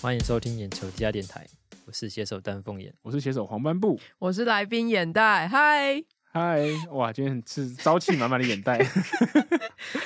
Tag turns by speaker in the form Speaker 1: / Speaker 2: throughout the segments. Speaker 1: 欢迎收听眼球加电台，我是携手丹凤眼。
Speaker 2: 我是写手黄斑布。
Speaker 3: 我是来宾眼袋，嗨，
Speaker 2: 嗨，哇，今天是朝气满满的眼袋，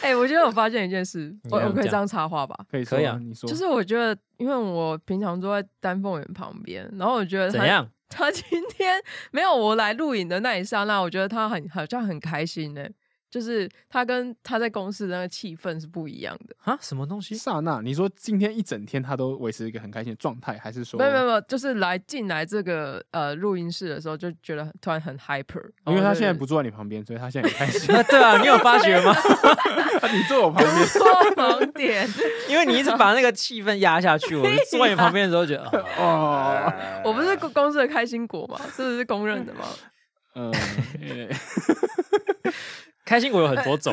Speaker 3: 哎、我觉得我发现一件事，
Speaker 1: 你
Speaker 3: 我
Speaker 1: 要
Speaker 3: 我可以
Speaker 1: 讲
Speaker 3: 这样插话吧？
Speaker 2: 可以说
Speaker 1: 可以啊
Speaker 2: 你说，
Speaker 3: 就是我觉得，因为我平常坐在丹凤眼旁边，然后我觉
Speaker 2: 呃
Speaker 3: 得
Speaker 1: 怎
Speaker 3: 他
Speaker 1: 样？
Speaker 3: 他今天没有我来录影的那一刹那，我觉得他很好像很开心呢、就是他跟他在公司的那个气氛是不一样的，
Speaker 1: 啊？什么东西？
Speaker 2: 刹那，你说今天一整天他都维持一个很开心的状态，还是说
Speaker 3: 没有没有没有，就是来进来这个呃录音室的时候就觉得突然很 hyper，哦
Speaker 2: 因为他现在
Speaker 3: 然后
Speaker 2: 不坐在你旁边，所以他现在很开心。
Speaker 1: 啊， 对啊，你有发觉 吗？
Speaker 2: 你坐我旁 边，
Speaker 3: 就是 光点，
Speaker 1: 因为你一直把那个气氛压下去，我坐你旁边的时候觉得，哦
Speaker 2: 哦，
Speaker 3: 我不是公公司的开心果嘛，这是公认的嘛，
Speaker 2: 嗯，呃
Speaker 1: 开心果有很多种，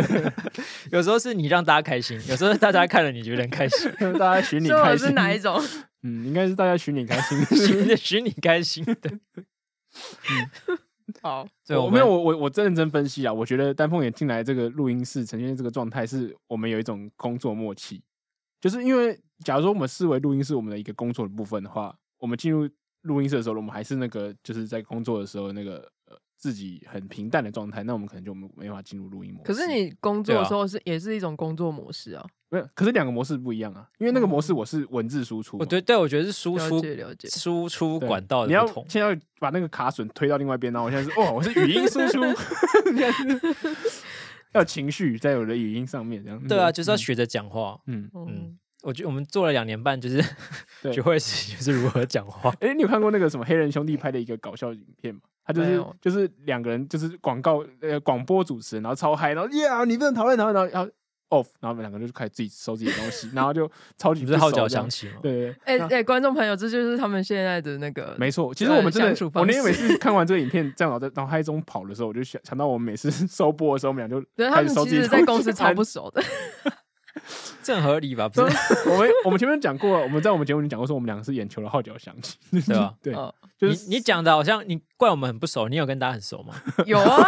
Speaker 1: 有时候是你让大家开心，有时候是大家看了你觉得很开 心，
Speaker 2: 大家 许你
Speaker 3: 所以我
Speaker 2: 开
Speaker 3: 是
Speaker 2: 心，
Speaker 3: 哪一种？
Speaker 2: 嗯，应该是大家许你开 心。
Speaker 1: 许许你开心 的。
Speaker 3: 好，
Speaker 1: 对，
Speaker 2: 我
Speaker 1: 们
Speaker 2: 没有，我我我真认真分析啊，我觉得丹凤眼进来这个录音室呈现这个状态，是我们有一种工作默契，就是因为假如说我们视为录音室我们的一个工作的部分的话，我们进入录音室的时候，我们还是那个就是在工作的时候那个呃自己很平淡的状态，那我们可能就没没办法进入录音模式。
Speaker 3: 可是你工
Speaker 2: 啊
Speaker 3: 作的时候是、也是一种工作模式啊，
Speaker 2: 没有，可是两个模式不一样啊，因为那个
Speaker 3: 哦
Speaker 2: 模式我是文字输出嘛，
Speaker 1: 我哦对对，我觉得是输
Speaker 3: 了
Speaker 1: 出
Speaker 3: 解了解。
Speaker 1: 输出
Speaker 2: 对
Speaker 1: 管道
Speaker 2: 你要
Speaker 1: 的不同。
Speaker 2: 现在要把那个卡榫推到另外一边，然后我现在是 哦，我是语音输出， 现在是要有情绪在我的语音上面，这样
Speaker 1: 对啊，就是要学着讲话。
Speaker 2: 嗯。
Speaker 3: 嗯，
Speaker 1: 我觉得我们做了两年半，就是
Speaker 2: 对
Speaker 1: 学会的事情就是如 何讲话。
Speaker 2: 哎、你有看过那个什么黑人兄弟拍的一个搞笑影片吗？他就
Speaker 3: 没
Speaker 2: 是
Speaker 3: 有
Speaker 2: 就是两个人就是广告呃广播主持人，然后超嗨，然后 yeah 你不能讨论讨论，然后然后 off，然后我们两个就开始自己收自己的东西，然后就超级
Speaker 1: 你
Speaker 2: 不
Speaker 1: 不是号角
Speaker 2: 熟这样
Speaker 1: 响，起吗？
Speaker 2: 对对对，
Speaker 3: 哎、
Speaker 2: 那
Speaker 3: 哎、观众朋友，这就是他们现在的那个，
Speaker 2: 没错，其
Speaker 3: 这
Speaker 2: 实
Speaker 3: 个
Speaker 2: 我们真
Speaker 3: 相
Speaker 2: 的
Speaker 3: 处，
Speaker 2: 我
Speaker 3: 方
Speaker 2: 那天每
Speaker 3: 式
Speaker 2: 次看完这个影 片，在脑在脑海中跑的时候，我就想想到我们每次 收播的时候，我们俩
Speaker 3: 对
Speaker 2: 就
Speaker 3: 他
Speaker 2: 开
Speaker 3: 们
Speaker 2: 始收
Speaker 3: 其
Speaker 2: 自己的
Speaker 3: 实，在
Speaker 2: 东
Speaker 3: 公
Speaker 2: 西
Speaker 3: 司超不熟的。
Speaker 1: 这很合理吧？不是，
Speaker 2: 我们我们前面讲过，我们在我们节目里讲过，说我们两个是眼球的号角响起，
Speaker 1: 对吧？
Speaker 2: 对，
Speaker 3: 哦
Speaker 2: 就是
Speaker 1: 你你讲的好像你怪我们很不熟，你有跟大家很熟 吗？
Speaker 3: 有啊，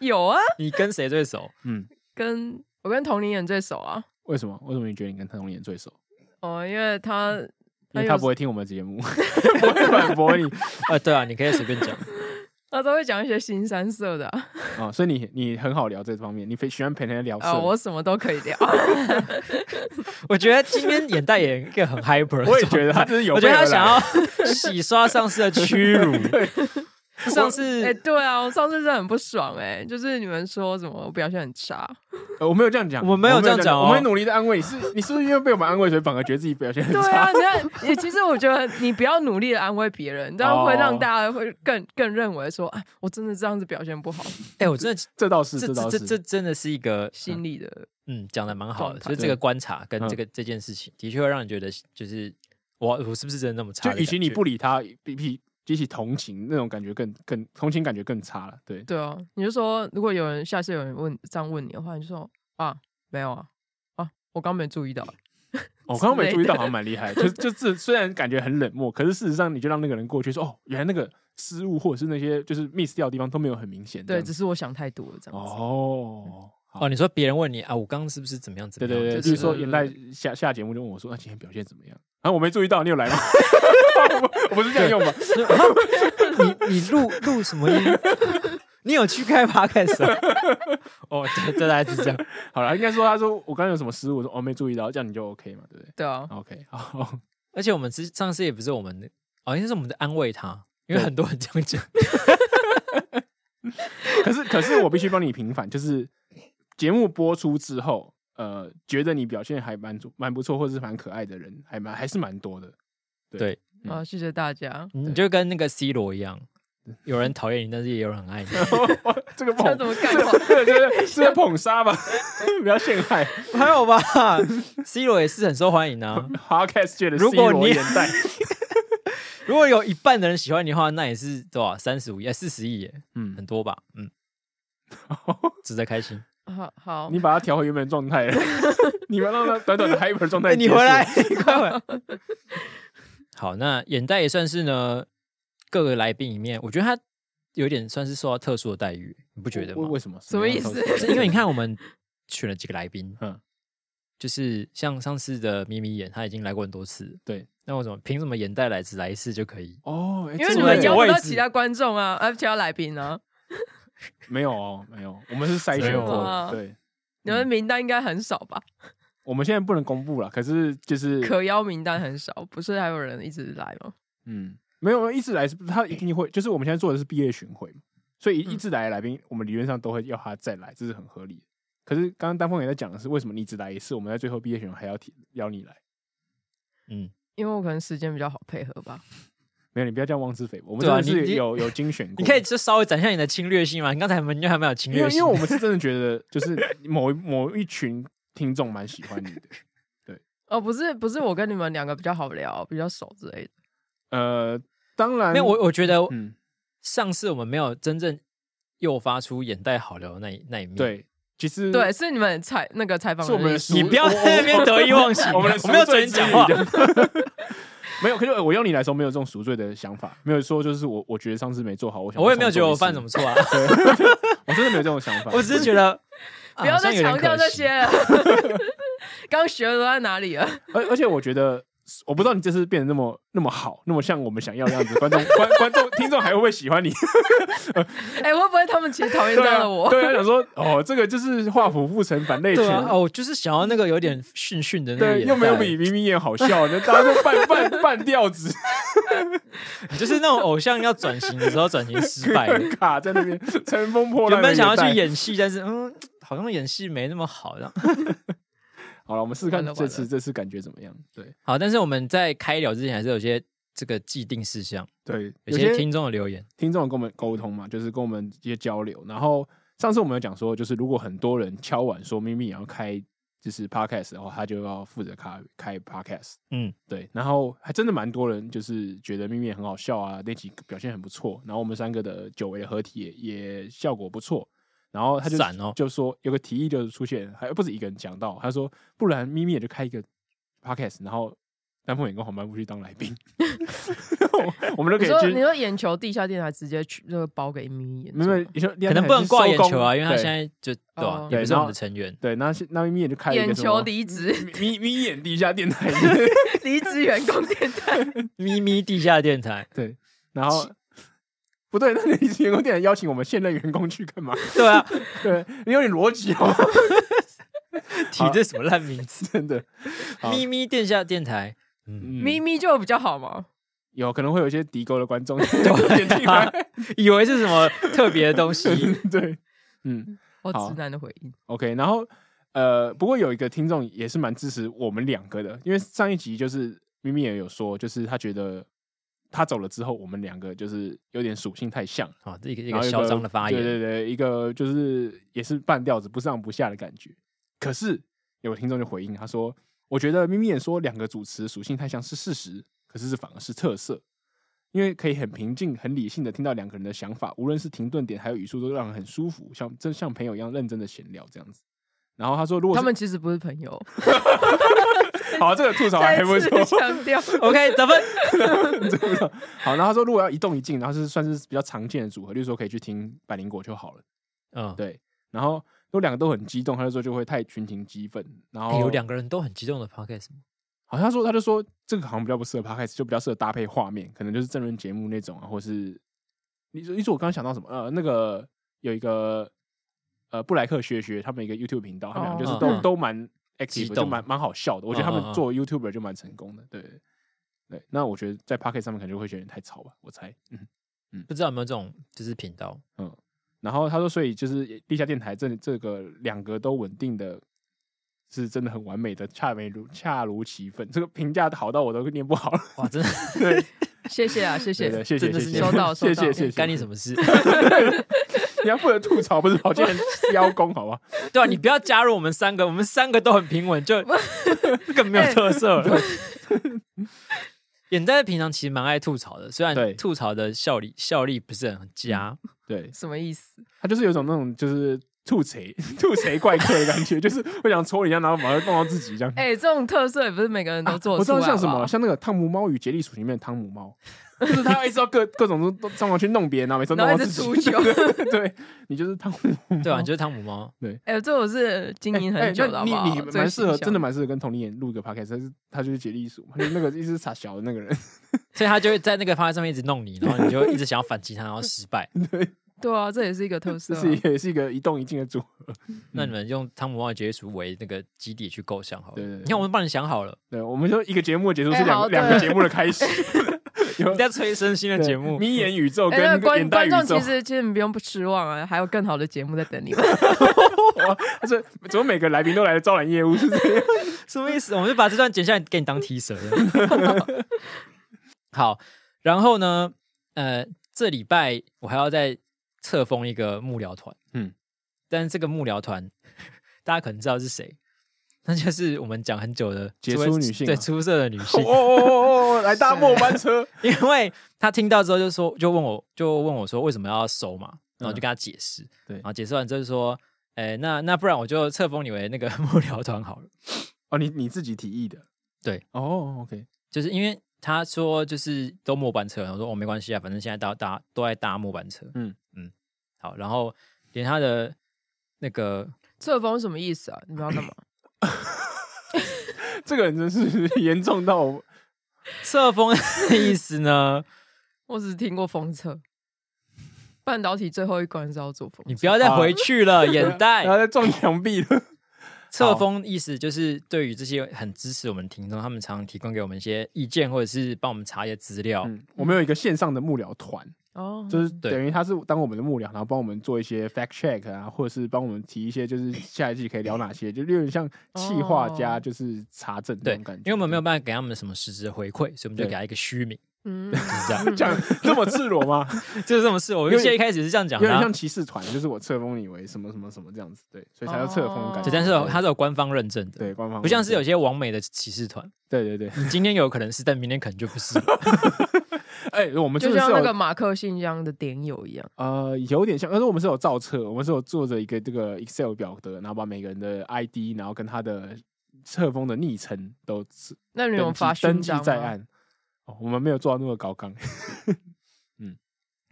Speaker 3: 有啊，
Speaker 1: 你跟谁最熟？
Speaker 2: 嗯，
Speaker 3: 跟我跟同龄人最熟啊，
Speaker 2: 为什么？为什么你觉得你跟谭龙演最熟？
Speaker 3: 哦，因为他
Speaker 2: 因
Speaker 3: 他
Speaker 2: 为他
Speaker 3: 有
Speaker 2: 不会听我们的节目， 不会反驳你
Speaker 1: 呃，对啊，你可以随便讲。
Speaker 3: 他都会讲一些新三色的啊，
Speaker 2: 啊，所以你你很好聊这方面，你非喜欢陪人家聊色
Speaker 3: 啊，我什么都可以聊。
Speaker 1: 我觉得今天眼袋也一个很 hyper，的
Speaker 2: 我也觉得他
Speaker 1: 状态
Speaker 2: 就是有
Speaker 1: 我觉
Speaker 2: 备
Speaker 1: 得他
Speaker 2: 而
Speaker 1: 想
Speaker 2: 来，
Speaker 1: 要 洗刷上次的 屈辱。上
Speaker 3: 哎、
Speaker 1: 次
Speaker 3: 对啊，我上次真的很不爽哎、就是你们说什么我表现很差，
Speaker 2: 呃我没有这样讲，
Speaker 1: 我没有这样讲哦
Speaker 2: 我们会努力的安慰你，是你是不是因为被我们安慰，所以反而觉得自己表现很
Speaker 3: 对
Speaker 2: 差？
Speaker 3: 啊，你看，也其实我觉得你不要努力的安慰别人，这样会
Speaker 2: 哦
Speaker 3: 让大家会更更认为说，哎，我真的这样子表现不好，
Speaker 1: 哎，我真的
Speaker 2: 这倒是，
Speaker 1: 这
Speaker 2: 倒
Speaker 1: 这
Speaker 2: 是
Speaker 1: 这，这真的是一个
Speaker 3: 心理的
Speaker 1: 嗯，讲的蛮好的，
Speaker 3: 状态
Speaker 1: 就是这个观察跟
Speaker 2: 嗯
Speaker 1: 这个这件事情，的确会让你觉得就是我我是不是真的那么差的
Speaker 2: 就
Speaker 1: 感觉？
Speaker 2: 与其你不理他，比比比起同情那种感觉更更同情感觉更差了。对，
Speaker 3: 对啊。你就说，如果有人下次有人问这样问你的话，你就说啊，没有啊，啊，我刚没注意到，
Speaker 2: 我哦刚刚没
Speaker 3: 之类
Speaker 2: 注 意到，
Speaker 3: 的
Speaker 2: 好像蛮厉害的。就是就是，虽然感觉很冷漠，可是事实上你就让那个人过去说，哦，原来那个失误或者是那些就是 miss 掉的地方都没有很明显。这
Speaker 3: 对，
Speaker 2: 样
Speaker 3: 只
Speaker 2: 子
Speaker 3: 是我想太多了这样子。
Speaker 2: 哦，好
Speaker 1: 哦，你说别人问你啊，我刚刚是不是怎么样怎
Speaker 2: 对
Speaker 1: 么样？
Speaker 2: 对对，
Speaker 1: 就
Speaker 2: 就是呃是说
Speaker 3: 对
Speaker 2: 眼
Speaker 3: 对
Speaker 2: 袋下下节目就问我说，那啊今天表现怎么样？然后我没注意到，你有来吗？ 我我不是这样用吧？
Speaker 1: 你你录录什么音？ 你有去开 podcast 啊？哦，对，这大概是这样。
Speaker 2: 好了，应该说他说我刚刚有什么失误，我说哦没注意到，这样你就 OK 嘛，对不对
Speaker 3: 对啊，
Speaker 2: ？OK，好，
Speaker 1: 而且我们之上次也不是我们，哦，应该是我们在安慰他，因为
Speaker 2: 对
Speaker 1: 很多人这 样讲。
Speaker 2: 可是可是我必须帮你平反，就是节目播出之后，呃，觉得你表现还蛮足蛮不错，或者是蛮可爱的人，还蛮还是蛮多的。
Speaker 1: 对，
Speaker 2: 嗯
Speaker 3: 啊，谢谢大家。
Speaker 1: 你就跟那个 C 罗一样，有人讨厌你，但是也有人很爱你。
Speaker 2: 这个
Speaker 3: 这
Speaker 2: 捧
Speaker 3: 样怎，么干话？
Speaker 2: 这个是在捧杀吧？ 不要陷害
Speaker 1: 还有吧 ，C 罗也是很受欢迎 啊。
Speaker 2: Podcast 界的
Speaker 1: 如
Speaker 2: C
Speaker 1: 果
Speaker 2: 罗
Speaker 1: 你
Speaker 2: 年代。
Speaker 1: 如果有一半的人喜欢你的话，那也是多少三十五亿、哎四十亿耶，很
Speaker 2: 嗯，
Speaker 1: 多吧？ 嗯，值得开心。
Speaker 3: 好好
Speaker 2: 你，把它调回原本状态了，你们让它短短的 hyper 状态
Speaker 1: 哎
Speaker 2: 结
Speaker 1: 你
Speaker 2: 束。
Speaker 1: 回来， 你快回来。 好，那眼袋也算是呢各个来宾里面，我觉得他有点算是受到特殊的待遇，你不觉得
Speaker 2: 为
Speaker 1: 吗？
Speaker 2: 为什么？
Speaker 3: 什么意思
Speaker 2: 什样的东西
Speaker 1: 是因为你看，我们选了几个来宾，
Speaker 2: 嗯，
Speaker 1: 就是像上次的咪咪演，他已经来过很多次，
Speaker 2: 对，
Speaker 1: 那我怎么凭什么眼袋来只来一次就可以？
Speaker 2: 哦，
Speaker 3: 因
Speaker 1: 坐
Speaker 3: 为你
Speaker 1: 在
Speaker 3: 们
Speaker 1: 你
Speaker 3: 邀
Speaker 1: 的
Speaker 3: 不
Speaker 1: 位
Speaker 3: 到
Speaker 1: 置
Speaker 3: 其他观众啊，呃，其他来宾啊，
Speaker 2: 没有哦，没有，我们是筛
Speaker 1: 没
Speaker 2: 选
Speaker 1: 有
Speaker 2: 过的，
Speaker 3: 啊
Speaker 2: 对，
Speaker 3: 你
Speaker 2: 嗯
Speaker 3: 们名单应该很少吧？
Speaker 2: 我们现在不能公布了，可是就是
Speaker 3: 可邀名单很少，不是还有人一直来吗？
Speaker 2: 嗯，没有，一直来是他一定会，就是我们现在做的是毕业巡回嘛，所以一一直来的来宾，我们理论上都会要他再来，这是很合理的。可是刚刚丹凤也在讲的是，为什么你只来一次，我们在最后毕业巡回还要提邀你来？
Speaker 1: 嗯，
Speaker 3: 因为我可能时间比较好配合吧。
Speaker 2: 没有，你不要这样妄自菲薄，我们
Speaker 1: 对
Speaker 2: 真
Speaker 1: 啊
Speaker 2: 的
Speaker 1: 你
Speaker 2: 是
Speaker 1: 你
Speaker 2: 有有精选过，
Speaker 1: 你可以就稍微展现你的侵略性嘛。你刚才没还没有侵
Speaker 2: 因
Speaker 1: 略
Speaker 2: 为
Speaker 1: 性，
Speaker 2: 因为 我们是真的觉得，就是某一某一群听众蛮喜欢你的，
Speaker 3: 哦，不是，不是，我跟你们两个比较好聊，比较熟之类的。
Speaker 2: 呃，当然，
Speaker 1: 没有我我觉得
Speaker 2: 嗯，
Speaker 1: 上次我们没有真正诱发出眼袋好聊的那一那一面。，
Speaker 2: 对，其实
Speaker 3: 对，是你们采那个采访
Speaker 2: 是
Speaker 3: 的
Speaker 2: 我们
Speaker 3: 日
Speaker 2: 的
Speaker 3: 期
Speaker 2: 熟
Speaker 1: 你不要在那边得意忘形，啊
Speaker 2: 我们的
Speaker 1: 我没有准
Speaker 2: 准
Speaker 1: 你讲话。
Speaker 2: 没有，可是呃我用你来说，没有这种赎罪的想法，没有说就是我我觉得上次没做好，我想
Speaker 1: 我也没有觉得我犯什
Speaker 2: 重
Speaker 1: 么错啊，
Speaker 2: 做一次，对我真的没有这种想法。
Speaker 1: 我只是觉得
Speaker 2: 啊
Speaker 3: 不要再强调这。些
Speaker 1: 啊
Speaker 3: 了。刚学的都在哪里了？
Speaker 2: 而而且我觉得，我不知道你这次变得那么那么好，那么像我们想要的样子，观众观观众听众还会不会喜 欢你？
Speaker 3: 哎、会不会他们其实讨厌
Speaker 2: 对
Speaker 3: 到
Speaker 2: 啊
Speaker 3: 了我？
Speaker 2: 对啊，想说哦，这个就是画虎不成反类
Speaker 1: 好像有点可惜
Speaker 2: 犬
Speaker 1: 对。啊，哦，我就是想要那个有点逊逊的那个
Speaker 2: 对，
Speaker 1: 眼
Speaker 2: 又没有
Speaker 1: 袋
Speaker 2: 比明明眼好笑，那大家都半半半调 子，
Speaker 1: 就是那种偶像要转型的时候转型失败 了。
Speaker 2: 卡在那边乘风破浪。
Speaker 1: 原本想要去，演戏，但是嗯，好像演戏没那么好。这样
Speaker 2: 好了，我们试试
Speaker 3: 完
Speaker 2: 看
Speaker 3: 了
Speaker 2: 这次
Speaker 3: 完了
Speaker 2: 这次感觉怎么样？对
Speaker 1: 好，但是我们在开聊之前，还是有些这个既定事项，
Speaker 2: 对，
Speaker 1: 有些听众的留言。
Speaker 2: 听众跟我们沟通嘛，就是跟我们一些交流。然后上次我们有讲说，就是如果很多人敲碗说咪咪也要开就是 podcast 的话，他就要负责开开 podcast。
Speaker 1: 嗯，
Speaker 2: 对。然后还真的蛮多人就是觉得咪咪也很好笑啊，那集表现很不错。然后我们三个的久违的合体也也效果不错。然后他就
Speaker 1: 赞哦
Speaker 2: 就说有个提议就是出现，还不止一个人讲到，他说不然咪咪也就开一个 podcast，然后丹凤眼跟黄斑部去当来宾，我们都可
Speaker 3: 你
Speaker 2: 以
Speaker 3: 说
Speaker 2: 去
Speaker 3: 你说眼球地下电台直接去那个包给咪咪演
Speaker 2: 没
Speaker 3: 奏吗，
Speaker 2: 有，你说
Speaker 1: 可能不能挂眼球啊，因为他现
Speaker 2: 在
Speaker 1: 在就对吧
Speaker 3: 哦，
Speaker 1: 也不是
Speaker 2: 对
Speaker 1: 我们的成员。
Speaker 2: 对，那是那咪也就开了一个
Speaker 3: 眼
Speaker 2: 什
Speaker 3: 球
Speaker 2: 么
Speaker 3: 离职，
Speaker 2: 咪咪眼地下 电台，
Speaker 3: 离职员工电台。
Speaker 1: 咪咪地下电台，
Speaker 2: 对，然后不对，那你员工电台邀请我们现任员工去干嘛？
Speaker 1: 对啊，
Speaker 2: 对你有点逻辑哦，
Speaker 1: 提这什么烂名字？
Speaker 2: 真的好
Speaker 1: 咪咪地下电台，嗯，
Speaker 3: 咪咪就比较好嘛，
Speaker 2: 有可能会有一些敌沟的观众点进来，
Speaker 1: 以为是什么特别的东西。
Speaker 2: 对，嗯
Speaker 3: 我
Speaker 2: 好
Speaker 3: 直男的回应。
Speaker 2: ，OK，然后呃，不过有一个听众也是蛮支持我们两个的，因为上一集就是咪咪也有说，就是他觉得。他走了之后，我们两个就是有点属性太像了，
Speaker 1: 哦，这一个一
Speaker 2: 然
Speaker 1: 个
Speaker 2: 后有
Speaker 1: 嚣张的发
Speaker 2: 对
Speaker 1: 言，
Speaker 2: 对对，一个就是也是半调子，不上不下的感觉。可是有个听众就回应他说：“我觉得咪咪也说两个主持属性太像是事实，可是这反而是特色，因为可以很平静、很理性的听到两个人的想法，无论是停顿点还有语速都让人很舒服，像真像朋友一样认真的闲聊这样子。”然后他说：“如果是
Speaker 3: 他们其实不是朋友，
Speaker 2: 好，这个吐槽
Speaker 3: 再
Speaker 2: 啊还不错，
Speaker 3: 次强调，
Speaker 1: OK，咱们
Speaker 2: 好。”然后他说：“如果要一动一静，然后是算是比较常见的组合，例如说可以去听百灵果就好了。”
Speaker 1: 嗯，
Speaker 2: 对，然后都两个都很激动，他就说就会太群情激愤，然后、
Speaker 1: 欸有两个人都很激动的 podcast 吗
Speaker 2: 好像说他就说这个好像比较不适合 podcast，就比较适合搭配画面，可能就是真人节目那种啊，或是你说你说我刚刚想到什么？呃，那个有一个呃布莱克学学他们一个 YouTube 频道，他们俩就是
Speaker 1: 哦
Speaker 2: 都、
Speaker 1: 嗯
Speaker 2: 都蛮
Speaker 1: 激
Speaker 2: active，的就
Speaker 1: 动
Speaker 2: 蛮蛮好笑的。我觉得他
Speaker 1: 嗯嗯
Speaker 2: 们
Speaker 1: 嗯
Speaker 2: 做 YouTuber 就蛮成功的，对对。那我觉得在 podcast 上面可能就会觉得有点太吵吧，我猜。嗯
Speaker 1: 不知道有没有这种就是频 道？
Speaker 2: 然后他说，所以就是地下电台这这个两个都稳定的，是真的很完美的，恰美如恰如其分。这个评价好到我都念不好了。
Speaker 1: 哇，真的
Speaker 2: 对，
Speaker 3: 谢谢啊，谢谢
Speaker 2: 对，对谢谢
Speaker 1: 真的
Speaker 2: 谢
Speaker 1: 是
Speaker 2: 谢，
Speaker 1: 收
Speaker 3: 到收
Speaker 2: 谢
Speaker 3: 到
Speaker 2: 谢谢谢。
Speaker 1: 干你什么事？
Speaker 2: 你要负责吐槽，不是跑进来邀功，好吧？
Speaker 1: 对啊，你不要加入我们三个，我们三个都很平稳， 就更没有特色了。 眼袋平常其实蛮爱吐槽的，虽
Speaker 2: 对
Speaker 1: 然吐槽的效力效力不是很佳，
Speaker 2: 对
Speaker 3: 什么意思？
Speaker 2: 他就是有一种那种就是吐谁吐谁怪客的感觉，就是会想抽人家，然后把它弄到自己这样。啊
Speaker 3: 哎、这种特色也不是每个人都做
Speaker 2: 我
Speaker 3: 得
Speaker 2: 知
Speaker 3: 出来、
Speaker 2: 道像什
Speaker 3: 好不
Speaker 2: 么，
Speaker 3: 好
Speaker 2: 像那个《汤姆猫与杰利鼠》里面的汤姆猫，就是他一直要各各种都都上网去弄别人，然后每次弄
Speaker 3: 然后
Speaker 2: 到
Speaker 3: 一
Speaker 2: 自
Speaker 3: 直
Speaker 2: 己。
Speaker 3: 出糗
Speaker 2: 对你就是汤姆 猫。
Speaker 1: 对啊，你就是汤姆猫。
Speaker 3: 哎、这我是经营很久
Speaker 2: 哎
Speaker 3: 的，好不好？
Speaker 2: 哎那你你
Speaker 3: 这个
Speaker 2: 蛮适合，
Speaker 3: 形象
Speaker 2: 真的蛮适合跟同龄人录一个 podcast，但是他就是杰利鼠嘛，就是那个一直傻小的那个 人。
Speaker 1: 所以他就会在那个发上面一直弄你，然后你就一直想要反击他，然后失败。
Speaker 2: 嗯
Speaker 3: 对啊，这也是一个特 色
Speaker 2: 这
Speaker 3: 啊、
Speaker 2: 是一个也是一个一动一静的组合。
Speaker 1: 那你们用汤姆猫的结束为那个基底去构想好了。
Speaker 2: 对对对
Speaker 1: 你看我们帮你想好了，
Speaker 2: 对，我们就一个节目的结束是
Speaker 3: 哎
Speaker 2: 两
Speaker 3: 好
Speaker 2: 个两
Speaker 3: 对
Speaker 2: 个节目的开 始。有
Speaker 1: 你在催生新的节目，
Speaker 2: 迷眼宇宙
Speaker 3: 哎、
Speaker 2: 跟
Speaker 3: 那
Speaker 2: 眼
Speaker 3: 观
Speaker 2: 袋
Speaker 3: 观
Speaker 2: 宇
Speaker 3: 众
Speaker 2: 宙
Speaker 3: 其，实其实你不用不失望啊，还有更好的节目在等你们。
Speaker 2: 他说怎么每个来宾都来招揽业务是这 样？
Speaker 1: 什么意思？我们就把这段剪下来给你当提神。 好，然后呢，呃，这礼拜我还要再册封一个幕僚团，嗯
Speaker 2: 嗯，
Speaker 1: 但是这个幕僚团 大家可能知道是谁，那就是我们讲很久的
Speaker 2: 杰出
Speaker 1: 出
Speaker 2: 女性
Speaker 1: 对
Speaker 2: 吗
Speaker 1: 出色的女
Speaker 2: 哦
Speaker 1: 性，
Speaker 2: 哦哦哦，来搭末班车。
Speaker 1: 因为他听到之后就说，就问我，就问我说为什么要收嘛，然后就跟他解释，
Speaker 2: 嗯对
Speaker 1: 然后解释完之后就说，哎，那那不然我就册封你为那个 幕僚团好了，
Speaker 2: 哦，你你自己提议的？
Speaker 1: 对。
Speaker 2: 哦，OK，
Speaker 1: 就是因为他说就是都末班车，然后说哦没关系啊，反正现在大大都在搭末班车，嗯
Speaker 2: 嗯
Speaker 1: 嗯，好，然后连他的那 个
Speaker 3: 册封什么意思啊？你们要干嘛？
Speaker 2: 这个人真是 严重到我
Speaker 1: 册封的意思 呢，
Speaker 3: 我只是听过封测，半导体最后一关是要做封
Speaker 1: 你
Speaker 3: 测。
Speaker 1: 不要再
Speaker 2: 啊
Speaker 1: 回去了， 眼
Speaker 2: 然后
Speaker 1: 袋
Speaker 2: 在撞墙壁了。
Speaker 1: 册封意思就是对于这些很支持我们听众，他们常常提供给我们一些意见，或者是帮我们查一些资料，
Speaker 2: 嗯，我们有一个线上的幕僚团，
Speaker 3: 哦，
Speaker 2: 就是
Speaker 1: 嗯对
Speaker 2: 等于他是当我们的幕僚，然后帮我们做一些 fact check 啊，或者是帮我们提一些就是下一季可以聊哪些，就有点像企划加
Speaker 3: 哦
Speaker 2: 就是查证
Speaker 1: 对，
Speaker 2: 那种感觉。
Speaker 1: 因为我们没有办法给他们什么实质的回馈，所以我们就
Speaker 2: 对
Speaker 1: 给他一个虚名，
Speaker 3: 嗯，
Speaker 1: 就是这样，
Speaker 2: 有讲这么赤裸吗？
Speaker 1: 就是这么事。我们
Speaker 2: 有点
Speaker 1: 现在一开始是这样讲
Speaker 2: 有
Speaker 1: 的
Speaker 2: 点
Speaker 1: 啊、
Speaker 2: 像骑士团，就是我册封你为什么什么什么这样子，对，所以才叫册封的感觉。
Speaker 1: 哦对，但是
Speaker 2: 对
Speaker 1: 它是有官方认证的，
Speaker 2: 对官方
Speaker 1: 不像是有
Speaker 2: 文件
Speaker 1: 些网美的骑士团，
Speaker 2: 对对对，
Speaker 1: 你今天有可能是，但明天可能就不 是了。
Speaker 2: 哎，我们真
Speaker 3: 就
Speaker 2: 的
Speaker 3: 像
Speaker 2: 是
Speaker 3: 那个
Speaker 2: 有
Speaker 3: 马克信箱的点友一样。
Speaker 2: 呃有点像，但是我们是有造册，我们是有做着一个这个 Excel 表格，然后把每个人的 ID，然后跟他的册封的昵称都
Speaker 3: 那你有
Speaker 2: 登记
Speaker 3: 发
Speaker 2: 登
Speaker 3: 勋
Speaker 2: 记
Speaker 3: 章
Speaker 2: 在
Speaker 3: 吗？啊
Speaker 2: 案。哦，我们没有做到那么高纲。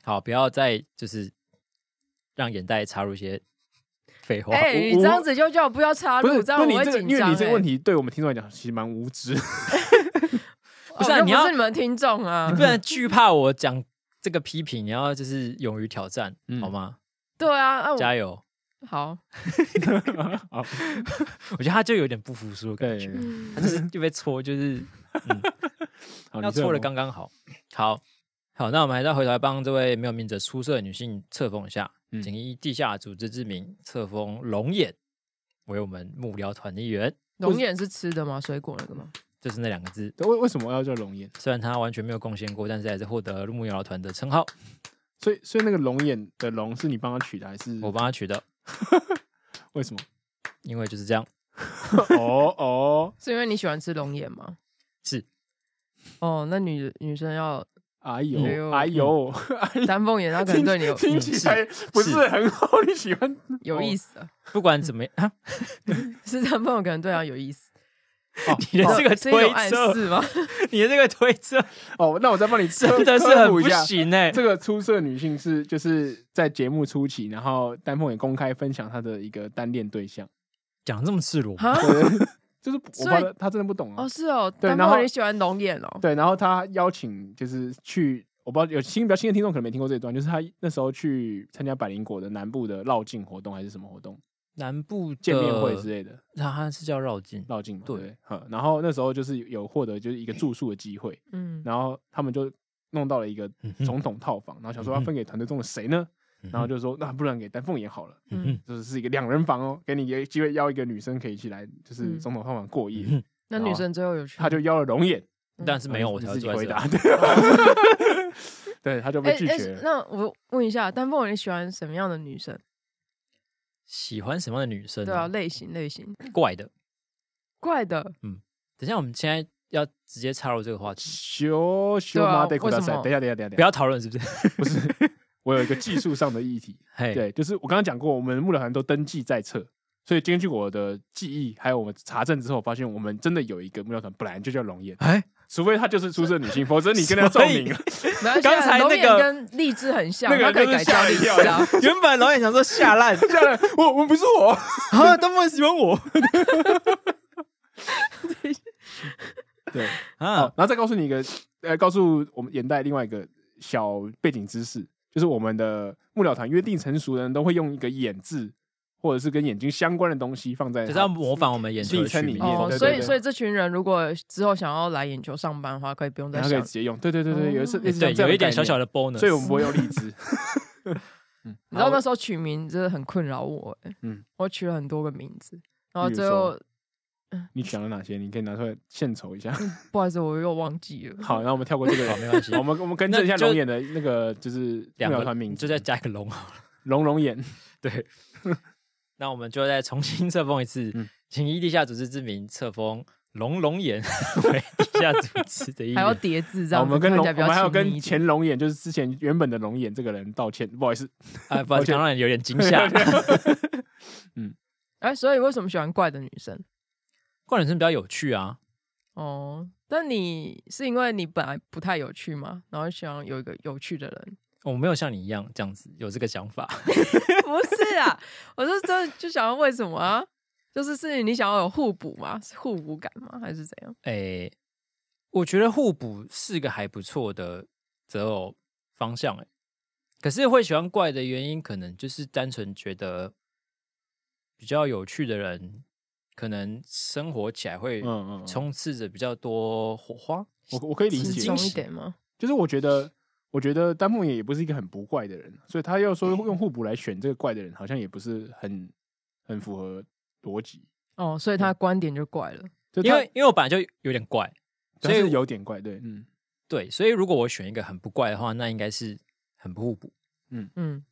Speaker 1: 好，不要再就是让眼袋插入一些废话。
Speaker 3: 哎、
Speaker 2: 我
Speaker 3: 你这样子就叫我不要插
Speaker 2: 不
Speaker 3: 入，
Speaker 2: 是，
Speaker 3: 这样
Speaker 2: 不
Speaker 3: 我
Speaker 2: 是你
Speaker 3: 会
Speaker 2: 这个，因
Speaker 3: 紧
Speaker 2: 为
Speaker 3: 张、
Speaker 2: 你这
Speaker 3: 欸。
Speaker 2: 个问题对我们听众来讲其实蛮 无 知。
Speaker 3: 哦
Speaker 1: 不是啊
Speaker 3: 就
Speaker 1: 你要
Speaker 3: 是你们听众啊
Speaker 1: 你，不能惧怕我讲这个批评，你要就是勇于挑战，
Speaker 2: 嗯哦
Speaker 1: 好吗？
Speaker 3: 对啊，啊我
Speaker 1: 加油！
Speaker 3: 好，
Speaker 2: 好，
Speaker 1: 我觉得他就有点不服输的感
Speaker 2: 对，
Speaker 1: 觉，他就是就被戳，就是要
Speaker 2: 好你哦
Speaker 1: 错
Speaker 2: 说
Speaker 1: 的刚刚好。好好，那我们还是要回头来帮这位没有名者出色的女性册封一下，
Speaker 2: 嗯
Speaker 1: 请以地下组织之名册封龙眼为我们幕僚团的一员，
Speaker 3: 龙眼是吃的吗？水果那个吗？
Speaker 1: 就是那两个字。
Speaker 2: 对为为什么要叫龙眼？
Speaker 1: 虽然他完全没有贡献过，但是还是获得幕僚团的称号，
Speaker 2: 所以，所以那个龙眼的龙是你帮他取的，还是
Speaker 1: 我帮他取的，
Speaker 2: 为什么？
Speaker 1: 因为就是这样。
Speaker 2: 哦哦
Speaker 3: 是因为你喜欢吃龙眼吗？
Speaker 1: 是
Speaker 3: 哦，那女女生 要
Speaker 2: 哎
Speaker 3: 哎
Speaker 2: 呦
Speaker 3: 呦
Speaker 2: 哎呦，
Speaker 3: 丹凤眼，她可能对你 有嗯
Speaker 2: 听起来不是很好。你喜欢
Speaker 3: 有意思啊，
Speaker 1: 不管怎么样， 啊、
Speaker 3: 是丹凤眼可能对她有意思。 哦
Speaker 1: 你的这个
Speaker 3: 是一种
Speaker 1: 推
Speaker 3: 暗
Speaker 1: 测，
Speaker 3: 示吗？
Speaker 1: 你的这个推测
Speaker 2: 哦？那我再帮你科
Speaker 1: 真的是
Speaker 2: 科
Speaker 1: 很
Speaker 2: 普
Speaker 1: 不
Speaker 2: 一下。
Speaker 1: 行哎、
Speaker 2: 这个出色女性是就是在节目初期，然后丹凤也公开分享她的一个单恋对象，
Speaker 1: 讲得这么赤裸，
Speaker 3: 啊，
Speaker 2: 对就是我
Speaker 3: 所以
Speaker 2: 怕她她真的不懂啊
Speaker 3: 哦，。是哦，
Speaker 2: 对
Speaker 3: 丹
Speaker 2: 然
Speaker 3: 凤
Speaker 2: 后
Speaker 3: 眼喜欢龙眼哦，
Speaker 2: 对，然后他邀请就是去，我不知道有新比较新的听众可能没听过这一段，就是他那时候去参加百灵果的南部的绕境活动还是什么活动，
Speaker 1: 南部的
Speaker 2: 见面会之，类的
Speaker 1: 他他是叫绕境，
Speaker 2: 绕境嘛，
Speaker 1: 呃对
Speaker 2: 对不对，嗯然后那时候就是有获得就是一个住宿的机会，
Speaker 3: 嗯，
Speaker 2: 然后他们就弄到了一个
Speaker 1: 嗯哼
Speaker 2: 总统套房，然后想说要分给团队中的谁呢？然后就说那不然给丹凤眼好了。
Speaker 1: 嗯
Speaker 2: 就是是一个两人房哦，给你一个机会邀一个女生可以一起来，就是
Speaker 3: 嗯
Speaker 2: 总统套房过夜。
Speaker 1: 嗯
Speaker 3: 那女生最后有去
Speaker 2: 啊
Speaker 3: 嗯
Speaker 2: 他就邀了龙眼，
Speaker 1: 哼，但是没有我才
Speaker 2: 嗯你
Speaker 1: 会
Speaker 2: 自己
Speaker 1: 坐在
Speaker 2: 回
Speaker 1: 这
Speaker 2: 答，
Speaker 1: 儿。
Speaker 2: 对， 对，他就
Speaker 3: 哎
Speaker 2: 被拒
Speaker 3: 哎
Speaker 2: 绝了。
Speaker 3: 那我问一下，丹凤眼喜欢什么样的女生？
Speaker 1: 喜欢什么样的女生、
Speaker 3: 对啊，，类型类型，
Speaker 1: 怪的。
Speaker 3: 怪的，
Speaker 1: 等一下，我们现在要直接插入这个话题，
Speaker 2: 修修
Speaker 3: 对啊
Speaker 2: 马得苦大
Speaker 3: 为什
Speaker 2: 赛，
Speaker 3: 么
Speaker 2: 等一下，等一下，等一下，等一
Speaker 1: 不
Speaker 2: 下，
Speaker 1: 要讨论是不是？
Speaker 2: 不是我有一个技术上的 议题，
Speaker 1: 嘿，
Speaker 2: 对，就是我刚刚讲过，我们木兰行都登记在册，所以根据我的记忆，还有我们查证之后，发现我们真的有一个木兰团本来就叫龙眼，
Speaker 1: 哎，
Speaker 2: 除非她就是出生女性，否则你跟她照名了。
Speaker 3: 没关系啊
Speaker 1: 刚才
Speaker 3: 龙
Speaker 1: 那
Speaker 3: 眼
Speaker 1: 个
Speaker 3: 跟荔枝很像，
Speaker 2: 那个
Speaker 3: 它可以
Speaker 2: 就是
Speaker 3: 改叫
Speaker 2: 吓
Speaker 3: 荔
Speaker 2: 一
Speaker 3: 枝
Speaker 2: 跳
Speaker 3: 啊。
Speaker 1: 原本老远想说下烂，
Speaker 2: 下来，我我不是我，
Speaker 1: 啊，他们喜欢我
Speaker 2: 对， 好，
Speaker 1: 啊，
Speaker 2: 然后再告诉你一个，呃，告诉我们眼袋另外一个小背景知识，就是我们的木料团约定成熟的人都会用一个眼字，或者是跟眼睛相关的东西放在
Speaker 1: 就
Speaker 2: 它，
Speaker 1: 是要模仿我们眼球
Speaker 2: 立
Speaker 1: 去
Speaker 2: 圈里
Speaker 1: 名
Speaker 2: 面
Speaker 3: 哦
Speaker 2: 对，对
Speaker 3: 所以
Speaker 2: 对
Speaker 3: 所以这群人如果之后想要来研究上班的话，可以不用再
Speaker 2: 然后可以
Speaker 3: 想
Speaker 2: 直。接用。对对对对，有一次
Speaker 3: 哦
Speaker 2: 类似像
Speaker 1: 对，
Speaker 2: 这样
Speaker 1: 有一点
Speaker 2: 概
Speaker 1: 小
Speaker 2: 念
Speaker 1: 小的 bonus，
Speaker 2: 所以我 们不会用荔枝。
Speaker 3: 你知道那时候取名真的很困扰我、欸，
Speaker 2: 嗯
Speaker 3: 我取了很多个名字，然后
Speaker 2: 例如
Speaker 3: 最后
Speaker 2: 你讲了哪些？你可以拿出来献丑一下。
Speaker 3: 不好意思，我又忘记了。
Speaker 2: 好，那我们跳过这个
Speaker 1: 好，
Speaker 2: 人。
Speaker 1: 没关系
Speaker 2: 好，我们我们更正一下
Speaker 1: 那就
Speaker 2: 龙眼的那个就是木
Speaker 1: 两
Speaker 2: 料
Speaker 1: 个
Speaker 2: 团名字，
Speaker 1: 就再加一个龙 好了。
Speaker 2: 龙龙眼。
Speaker 1: 对，那我们就再重新册封一次
Speaker 2: 嗯，
Speaker 1: 请以地下组织之名册封龙龙眼 为地下组织的一
Speaker 3: 还要
Speaker 1: 员。
Speaker 3: 叠字，这
Speaker 2: 好
Speaker 3: 样
Speaker 2: 哦我们跟
Speaker 3: 子
Speaker 2: 龙，
Speaker 3: 看起来
Speaker 2: 我们
Speaker 3: 比较
Speaker 2: 还有
Speaker 3: 亲密
Speaker 2: 跟
Speaker 3: 一点
Speaker 2: 前龙眼，就是之前原本的龙眼这个人道歉，不好意思，
Speaker 1: 哎，不好意思，讲让人有点惊 吓。
Speaker 3: 哎，所以为什么喜欢怪的女生？
Speaker 1: 怪人生比较有趣啊，
Speaker 3: 哦，但你是因为你本来不太有趣嘛，然后想有一个有趣的人，
Speaker 1: 我没有像你一样这样子有这个想法。
Speaker 3: 不是啊？我是真的就想要为什么啊？就是是你想要有互补嘛，是互补感吗？还是怎样？
Speaker 1: 诶、我觉得互补是个还不错的择偶方向、欸。可是会喜欢怪的原因，可能就是单纯觉得比较有趣的人，可能生活起来会
Speaker 2: 嗯嗯，嗯
Speaker 1: 充斥着比较多火花。
Speaker 2: 我我可以理
Speaker 3: 轻
Speaker 2: 解
Speaker 3: 松，一点吗？
Speaker 2: 就是我觉得，我觉得丹凤眼也不是一个很不怪的人，啊所以他要说用互补来选这个怪的人，好像也不是很很符合逻辑。
Speaker 3: 哦，所以他的观点就怪了。
Speaker 2: 就
Speaker 1: 因
Speaker 2: 他
Speaker 1: 为因为我本来就有点怪，
Speaker 2: 但
Speaker 1: 所以
Speaker 2: 是有点怪，对，嗯
Speaker 1: 对，所以如果我选一个很不怪的话，那应该是很不互补。
Speaker 3: 嗯，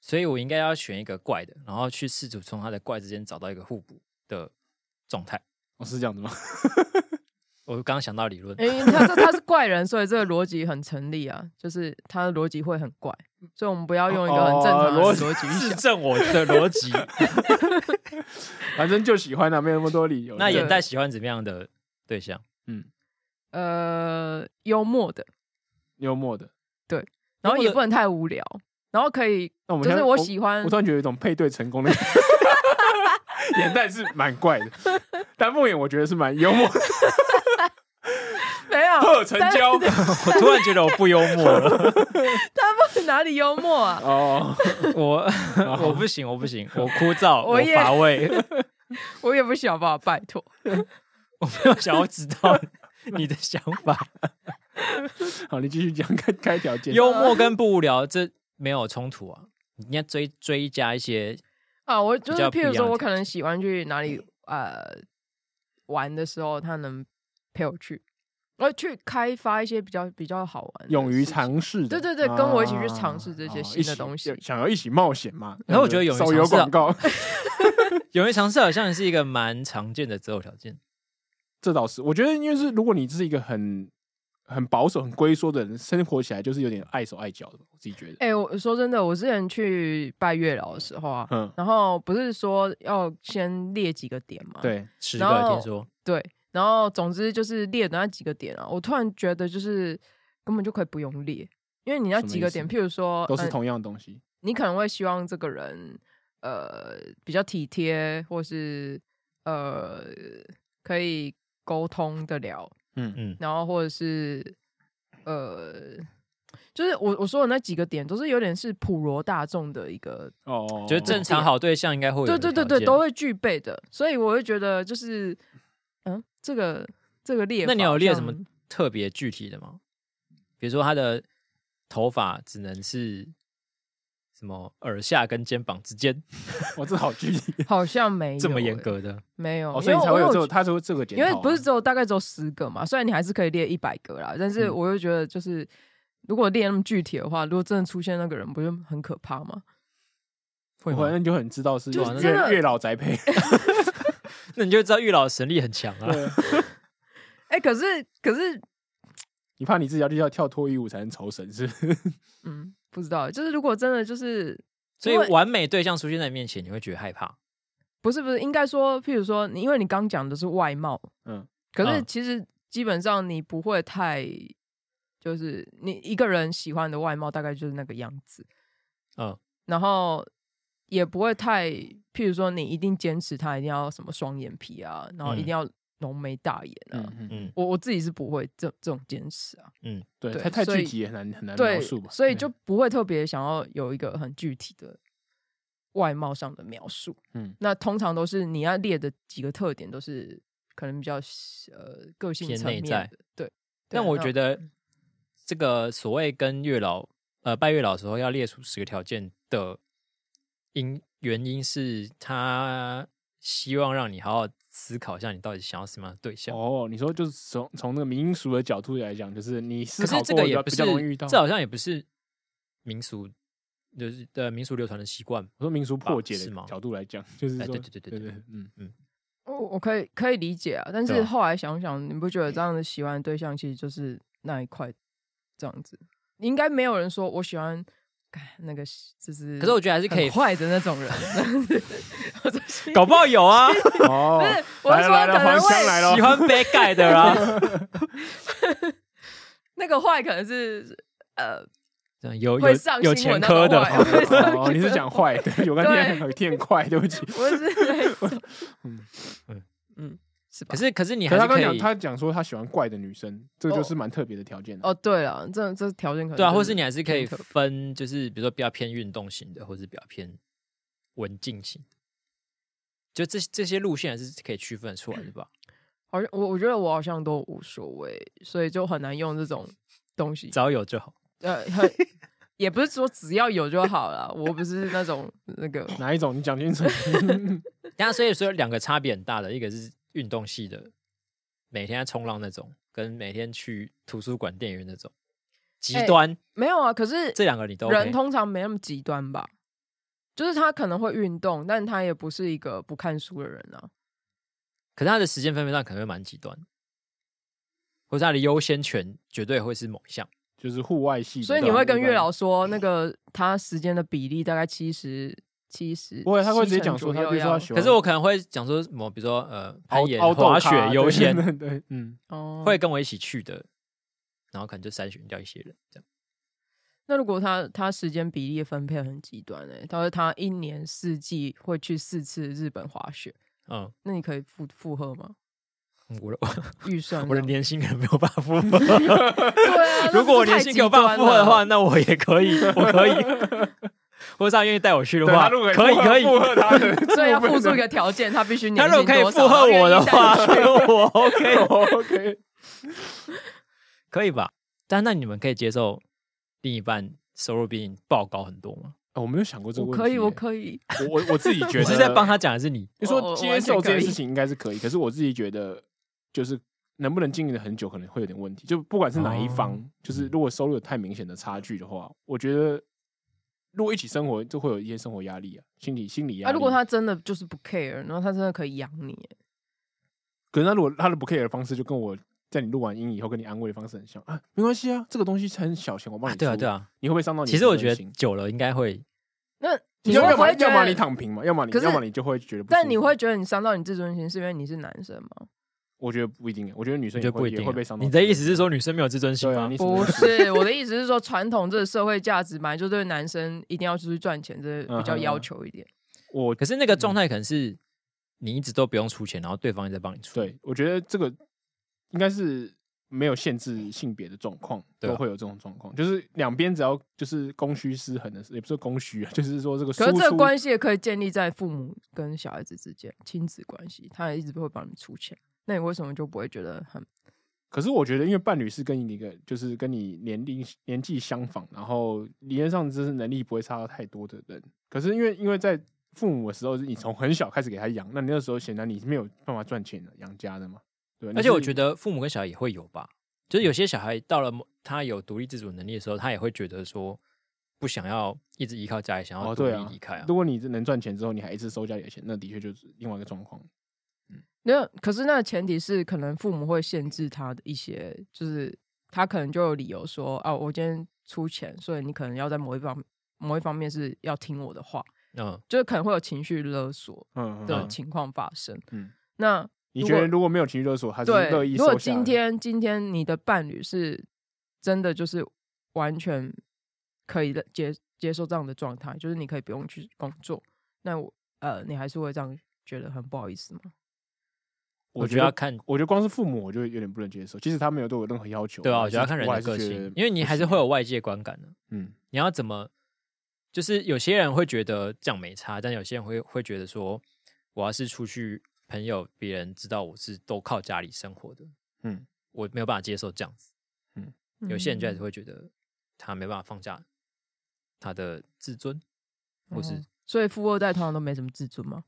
Speaker 1: 所以我应该要选一个怪的，然后去试图从他的怪之间找到一个互补的状态。
Speaker 2: 哦，是这样子吗？
Speaker 1: 我刚刚想到理论，
Speaker 3: 因为他这他是怪人，所以这个逻辑很成立啊，就是他的逻辑会很怪，所以我们不要用一个很正常的
Speaker 2: 哦
Speaker 3: 逻
Speaker 2: 逻辑
Speaker 3: 辑去
Speaker 1: 自
Speaker 3: 想。
Speaker 1: 证我的逻 辑。
Speaker 2: 反正就喜欢啊，没有那么多理由。
Speaker 1: 那
Speaker 2: 对
Speaker 1: 眼袋喜欢怎么样的对象？
Speaker 3: 呃，幽默的，
Speaker 2: 幽默的。
Speaker 3: 然后也
Speaker 1: 幽默的
Speaker 3: 不能太无聊，然后可以
Speaker 2: 那我们
Speaker 3: 就
Speaker 2: 现
Speaker 3: 是
Speaker 2: 在
Speaker 3: 我喜欢
Speaker 1: 嗯
Speaker 2: 我突然觉得有一种配对成功的 眼袋是蛮怪的，丹凤眼我觉得是蛮幽默的，
Speaker 3: 没有
Speaker 2: 贺成交
Speaker 1: 我突然觉得我不幽默了，
Speaker 3: 他们哪里幽默啊？
Speaker 2: 哦，
Speaker 1: 我 我不行，我不行，我枯燥，
Speaker 3: 我
Speaker 1: 我
Speaker 3: 也
Speaker 1: 乏味，
Speaker 3: 我也不想吧，拜托。
Speaker 1: 我没有想要知道 你的想法。
Speaker 2: 好，你继续讲开开条件。
Speaker 1: 幽默跟不无聊这没有冲突啊，你应该追追加一 些
Speaker 3: 啊，我
Speaker 1: 比
Speaker 3: 就是，
Speaker 1: 较不一
Speaker 3: 譬
Speaker 1: 样
Speaker 3: 如说，
Speaker 1: 的
Speaker 3: 我
Speaker 1: 体
Speaker 3: 可能喜欢去哪里呃玩的时候，他能陪我去，我去开发一些比较比较好玩的事情，
Speaker 2: 勇于尝试的，
Speaker 3: 对对对跟我一起去
Speaker 2: 啊
Speaker 3: 尝试这些
Speaker 2: 哦
Speaker 3: 新的东西
Speaker 2: 一起想要一起冒险嘛。
Speaker 1: 然后我觉得勇于
Speaker 2: 手游
Speaker 1: 尝试啊
Speaker 2: 广告，
Speaker 1: 勇于尝试，好像是一个蛮常见的择偶条件。
Speaker 2: 这倒是，我觉得因为是如果你是一个很很保守、很龟缩的人，生活起来就是有点碍手碍脚的，我自己觉得。
Speaker 3: 哎、我说真的，我之前去拜月老的时候啊，
Speaker 2: 嗯，
Speaker 3: 然后不是说要先列几个点嘛？
Speaker 2: 对，
Speaker 1: 十
Speaker 3: 然
Speaker 1: 个
Speaker 3: 后
Speaker 1: 听说，
Speaker 3: 对，然后总之就是列的那几个点啊，我突然觉得就是根本就可以不用列，因为你那
Speaker 2: 什么
Speaker 3: 几
Speaker 2: 意
Speaker 3: 个
Speaker 2: 思
Speaker 3: 点，譬如说
Speaker 2: 都是
Speaker 3: 嗯
Speaker 2: 同样的东西。
Speaker 3: 你可能会希望这个人呃比较体贴，或是呃可以沟通得了，
Speaker 2: 嗯
Speaker 1: 嗯，
Speaker 3: 然后或者是呃，就是我我说的那几个点，都是有点是普罗大众的一个，
Speaker 2: 哦，
Speaker 1: 觉得正常好对象应该会有
Speaker 3: 对
Speaker 1: 的
Speaker 3: 对对
Speaker 1: 条
Speaker 3: 对，
Speaker 1: 件
Speaker 3: 都。会具备的，所以我会觉得就是嗯，这个这个列法好像，
Speaker 1: 那你有列什么特别具体的吗？比如说他的头发只能是什么耳下跟肩膀之间欸
Speaker 2: 我这好具体
Speaker 3: 好像没有、欸
Speaker 1: 这么严，格的，
Speaker 3: 没有，
Speaker 2: 哦，
Speaker 3: 因
Speaker 2: 所以
Speaker 3: 为
Speaker 2: 你才会
Speaker 3: 我
Speaker 2: 有这
Speaker 3: 有
Speaker 2: 个，他才会这个检
Speaker 3: 因
Speaker 2: 讨啊。
Speaker 3: 为不是只有大概只有十个嘛，虽然你还是可以列一百个啦，但是
Speaker 2: 嗯
Speaker 3: 我又觉得就是。如果列那么具体的话，如果真的出现那个人，不就很可怕吗？
Speaker 1: 会
Speaker 2: 反
Speaker 1: 吗？
Speaker 2: 正就很知道是
Speaker 3: 就是
Speaker 2: 月
Speaker 3: 真的
Speaker 2: 月老宅 配，
Speaker 1: 那你就知道玉老神力很强啊。
Speaker 3: 哎、可是可是，
Speaker 2: 你怕你自己要要跳脱衣舞才能酬神是不是？
Speaker 3: 嗯，不知道，就是如果真的就是
Speaker 1: 所以
Speaker 3: 因为
Speaker 1: 完美对象出现在你面前，你会觉得害怕。
Speaker 3: 不是不是，应该说，譬如说你，因为你刚讲的是外貌，
Speaker 2: 嗯，
Speaker 3: 可是
Speaker 1: 嗯
Speaker 3: 其实基本上你不会太，就是你一个人喜欢的外貌大概就是那个样子，
Speaker 1: 嗯，
Speaker 3: 然后也不会太，譬如说你一定坚持他一定要什么双眼皮啊，然后一
Speaker 1: 嗯
Speaker 3: 定要浓眉大眼啊，
Speaker 2: 嗯嗯，
Speaker 1: 嗯
Speaker 3: 我我自己是不会这这种坚持啊，
Speaker 2: 对，
Speaker 3: 对
Speaker 2: 它太
Speaker 3: 所
Speaker 2: 具
Speaker 3: 以
Speaker 2: 体也很难很难描
Speaker 3: 对
Speaker 2: 述吧，，
Speaker 3: 所以
Speaker 2: 嗯
Speaker 3: 就不会特别想要有一个很具体的外貌上的描述。
Speaker 2: 嗯
Speaker 3: 嗯，那通常都是你要列的几个特点，都是可能比较呃个性
Speaker 1: 偏
Speaker 3: 层
Speaker 1: 内
Speaker 3: 面
Speaker 1: 在
Speaker 3: 的。对，
Speaker 1: 但我觉
Speaker 3: 得
Speaker 1: 得这个所谓跟月老呃拜月老的时候要列出十个条件的因原因是他希望让你好好思考一下你到底想要什么样的对象。
Speaker 2: 哦，你说就是从从那个民俗的角度来讲，就是你思
Speaker 1: 可
Speaker 2: 考
Speaker 1: 是这
Speaker 2: 过
Speaker 1: 个
Speaker 2: 比
Speaker 1: 也
Speaker 2: 较
Speaker 1: 不
Speaker 2: 比
Speaker 1: 是
Speaker 2: 较容易遇到。
Speaker 1: 这好像也不是民俗就是的民俗流传的习惯。
Speaker 2: 我说民俗破解
Speaker 1: 吧是吗
Speaker 2: 的角度来讲，就是
Speaker 1: 哎
Speaker 2: 说，
Speaker 1: 对对对
Speaker 2: 对
Speaker 1: 对对
Speaker 2: 嗯，
Speaker 3: 我我可以可以理解啊，但
Speaker 1: 对
Speaker 3: 是
Speaker 1: 啊
Speaker 3: 后来想想，你不觉得这样的喜欢的对象其实就是那一块这样子？应该没有人说我喜欢。哎那个就是，
Speaker 1: 可是我觉得还是可以
Speaker 3: 很坏的那种 人， 我就是
Speaker 1: 搞不好有啊，
Speaker 2: 哦
Speaker 3: 不，是，我是
Speaker 2: 来了来
Speaker 3: 说
Speaker 2: 了
Speaker 3: 可能
Speaker 2: 黄 香
Speaker 3: 会
Speaker 2: 来了
Speaker 1: 喜欢被盖的啊啦，
Speaker 3: 那个坏可能是呃
Speaker 1: 这样有
Speaker 3: 会
Speaker 1: 有
Speaker 3: 上
Speaker 1: 有
Speaker 3: 新
Speaker 1: 前
Speaker 3: 闻那
Speaker 1: 科
Speaker 3: 种
Speaker 1: 的，
Speaker 3: 坏，会上
Speaker 2: 哦，你是讲坏的，有个
Speaker 3: 对
Speaker 2: 念有念快，对不起。
Speaker 3: 我是那种
Speaker 2: 嗯
Speaker 1: 嗯
Speaker 3: 嗯是吧
Speaker 1: 可？是可 是你
Speaker 2: 可
Speaker 1: 还是
Speaker 2: 是他刚
Speaker 1: 可
Speaker 2: 讲，
Speaker 1: 以
Speaker 2: 他讲说他喜欢怪的女生，这个就
Speaker 3: 哦
Speaker 2: 是蛮特别的条件的。
Speaker 3: 哦，对了，这这条件可能
Speaker 1: 对啊，
Speaker 3: 真
Speaker 1: 或
Speaker 3: 的
Speaker 1: 是你还是可以
Speaker 3: 偏特
Speaker 1: 分，就是比如说比较偏运动型的，或是比较偏文静型的，就这这些路线还是可以区分得出来的吧？
Speaker 3: 好像我我觉得我好像都无所谓，所以就很难用这种东西
Speaker 1: 只。要有就好。
Speaker 3: 呃，很也不是说只要有就好了，我不是那种那个
Speaker 2: 哪一种？你讲清楚。
Speaker 1: 等下，所以说两个差别很大的，一个是运动系的，每天在冲浪那种，跟每天去图书馆、电影院那种极
Speaker 3: 哎
Speaker 1: 端，
Speaker 3: 没有啊。可是
Speaker 1: 这两个你都 OK
Speaker 3: 人通常没那么极端吧？就是他可能会运动，但他也不是一个不看书的人啊。
Speaker 1: 可是他的时间分配上可能会蛮极端，或是他的优先权绝对会是某一项。
Speaker 2: 就是户外系的，
Speaker 3: 所以
Speaker 2: 对
Speaker 3: 你
Speaker 2: 吧
Speaker 3: 会跟月，
Speaker 2: 户
Speaker 3: 老说，那个他时间的比例大概七十七十，
Speaker 2: 外不会，他会直接讲说，他比如说他喜欢，
Speaker 1: 可是我可能会讲说什么，比如说呃，攀岩、
Speaker 2: 凹
Speaker 1: 滑雪优先，
Speaker 2: 对， 对嗯，
Speaker 3: 哦
Speaker 1: 会。跟我一起去的，然后可能就筛选掉一些人，这样
Speaker 3: 那如果他他时间比例分配很极端呢、欸？他说他一年四季会去四次日本滑雪，
Speaker 1: 嗯。
Speaker 3: 那你可以负负荷吗？
Speaker 1: 我的我
Speaker 3: 预 算
Speaker 1: 我的
Speaker 3: 上
Speaker 1: 年薪可能没有办法负荷。
Speaker 3: 对啊，
Speaker 1: 如果我
Speaker 3: 那
Speaker 1: 年
Speaker 3: 不是太
Speaker 1: 薪有办法负荷的话，那我也可 以，我可以。或者他愿意带我去的
Speaker 2: 对他
Speaker 1: 话，
Speaker 2: 如果
Speaker 1: 啊可以
Speaker 2: 附和
Speaker 1: 可以。
Speaker 2: 附和他 的
Speaker 3: 极端了，所以要付出一个条件，他必须
Speaker 1: 他
Speaker 3: 年
Speaker 1: 如果
Speaker 3: 薪
Speaker 1: 可以
Speaker 3: 多
Speaker 1: 附
Speaker 3: 少，
Speaker 1: 和我的话，
Speaker 3: 然后愿 意带你去
Speaker 1: 我 OK，
Speaker 2: ，OK，
Speaker 1: 可以吧？但那你们可以接受另一半收入比你爆高很多 吗？
Speaker 2: 哦我没有想过这个
Speaker 3: 我
Speaker 2: 问题
Speaker 3: 可以，
Speaker 2: 耶，
Speaker 3: 我可以，
Speaker 2: 我我我 自己觉
Speaker 1: 你
Speaker 2: 得
Speaker 1: 是在帮他讲，还是你？
Speaker 2: 你
Speaker 3: 我
Speaker 2: 说
Speaker 3: 我
Speaker 2: 接
Speaker 3: 完全
Speaker 2: 受这件
Speaker 3: 可以
Speaker 2: 事情应该是可以，可是我自己觉得就是能不能经营的很久，可能会有点问题。就不管是哪一方，
Speaker 1: 哦
Speaker 2: 就是如果收入有太明显的差距的话，我觉得如果一起生活，就会有一些生活压力啊，心理心理压
Speaker 3: 啊，
Speaker 2: 力。
Speaker 3: 如果他真的就是不 care，然后他真的可以养你欸、
Speaker 2: 可是他如果他的不 care 的方式，就跟我在你录完音以后跟你安慰的方式很像啊，没关系啊，这个东西很小钱，我帮
Speaker 1: 啊
Speaker 2: 你、
Speaker 1: 对啊对，啊。
Speaker 2: 你会不会伤到你？
Speaker 1: 其实我觉得，久了应该会，
Speaker 3: 那
Speaker 2: 你
Speaker 3: 你
Speaker 2: 要
Speaker 3: 会
Speaker 2: 要
Speaker 3: 不
Speaker 2: 么
Speaker 3: 会觉
Speaker 2: 要么你
Speaker 3: 得？
Speaker 2: 躺平嘛，要么你
Speaker 3: 可是
Speaker 2: 要么你就会觉得不舒服。
Speaker 3: 但你会觉得你伤到你自尊心，是因为你是男生吗？
Speaker 2: 我觉得不一定，我觉得女
Speaker 1: 我
Speaker 2: 生也
Speaker 1: 觉得不
Speaker 2: 会
Speaker 1: 一定
Speaker 2: 也
Speaker 1: 啊
Speaker 2: 会被伤。到。
Speaker 1: 你的意思是说女生没有自尊心
Speaker 2: 对啊，
Speaker 1: 吗
Speaker 2: 你？什么
Speaker 3: 不
Speaker 2: 意思
Speaker 3: 是，我的意思是说，传统这个社会价值本来就对男生一定要出去赚钱，这
Speaker 1: 嗯
Speaker 3: 比较要求一点。
Speaker 2: 我
Speaker 1: 可是那个状态可能是你一直都不用出钱，然后对方也在帮你出。
Speaker 2: 对，我觉得这个应该是没有限制性别的状况，
Speaker 1: 对啊
Speaker 2: 都会有这种状况，就是两边只要就是供需失衡的时，也不是供需啊， 就是说这个输
Speaker 3: 可是
Speaker 2: 出
Speaker 3: 这个关系也可以建立在父母跟小孩子之间亲子关系，他也一直会帮你出钱，那你为什么就不会觉得很
Speaker 2: 可是我觉得，因为伴侣是跟你一个，就是跟你年龄年纪相仿，然后理论上就是能力不会差到太多的人。可是因为因为在父母的时候，你从很小开始给他养，那你那时候显然你是没有办法赚钱的养家的嘛，对吧。
Speaker 1: 而且我觉
Speaker 2: 得，
Speaker 1: 得父母跟小孩也会有吧，就是
Speaker 2: 嗯
Speaker 1: 有些小孩到了某他有独立自主能力的时候，他也会觉得说不想要一直依靠家里，想
Speaker 2: 哦
Speaker 1: 要独立
Speaker 2: 对啊
Speaker 1: 离开啊。
Speaker 2: 如果你能赚钱之后，你还一直收家里的钱，那的确就是另外一个状况。
Speaker 3: 那可是那个前提是，可能父母会限制他的一些，就是他可能就有理由说，啊，我今天出钱，所以你可能要在某一方某一方面是要听我的话，
Speaker 1: 嗯，
Speaker 3: 就是可能会有情绪勒索
Speaker 2: 嗯，
Speaker 3: 的
Speaker 2: 嗯
Speaker 3: 情况发生。
Speaker 2: 嗯
Speaker 3: 那
Speaker 2: 你
Speaker 3: 如
Speaker 2: 觉
Speaker 3: 果
Speaker 2: 得如果没有情绪勒索，他是乐
Speaker 3: 对，
Speaker 2: 意
Speaker 3: 如果
Speaker 2: 收下
Speaker 3: 今
Speaker 2: 的
Speaker 3: 天今天你的伴侣是真的就是完全可以的接接受这样的状态，就是你可以不用去工作，那我呃，你还是会这样觉得很不好意思吗？
Speaker 1: 我
Speaker 2: 我
Speaker 1: 觉
Speaker 2: 觉
Speaker 1: 得要
Speaker 2: 得
Speaker 1: 看，
Speaker 2: 我觉得光是父母我就有点不能接受，即使他没有对我任何要求，
Speaker 1: 对啊，
Speaker 2: 我
Speaker 1: 我
Speaker 2: 还
Speaker 1: 觉得
Speaker 2: 是
Speaker 1: 要看人
Speaker 2: 我
Speaker 1: 的
Speaker 2: 还是
Speaker 1: 个
Speaker 2: 觉
Speaker 1: 性
Speaker 2: 得，
Speaker 1: 因为你
Speaker 2: 不
Speaker 1: 还是
Speaker 2: 行啊
Speaker 1: 会有外界观感的。
Speaker 2: 嗯
Speaker 1: 你要怎么？就是有些人会觉得这样没差，但有些人会会觉得说，我要是出去，朋友别人知道我是都靠家里生活的，
Speaker 2: 嗯，
Speaker 1: 我没有办法接受这样子。有些人就还是
Speaker 3: 嗯，
Speaker 1: 会觉得他没办法放下他的自尊，或是
Speaker 3: 哦所以富二代通常都没什么自尊吗？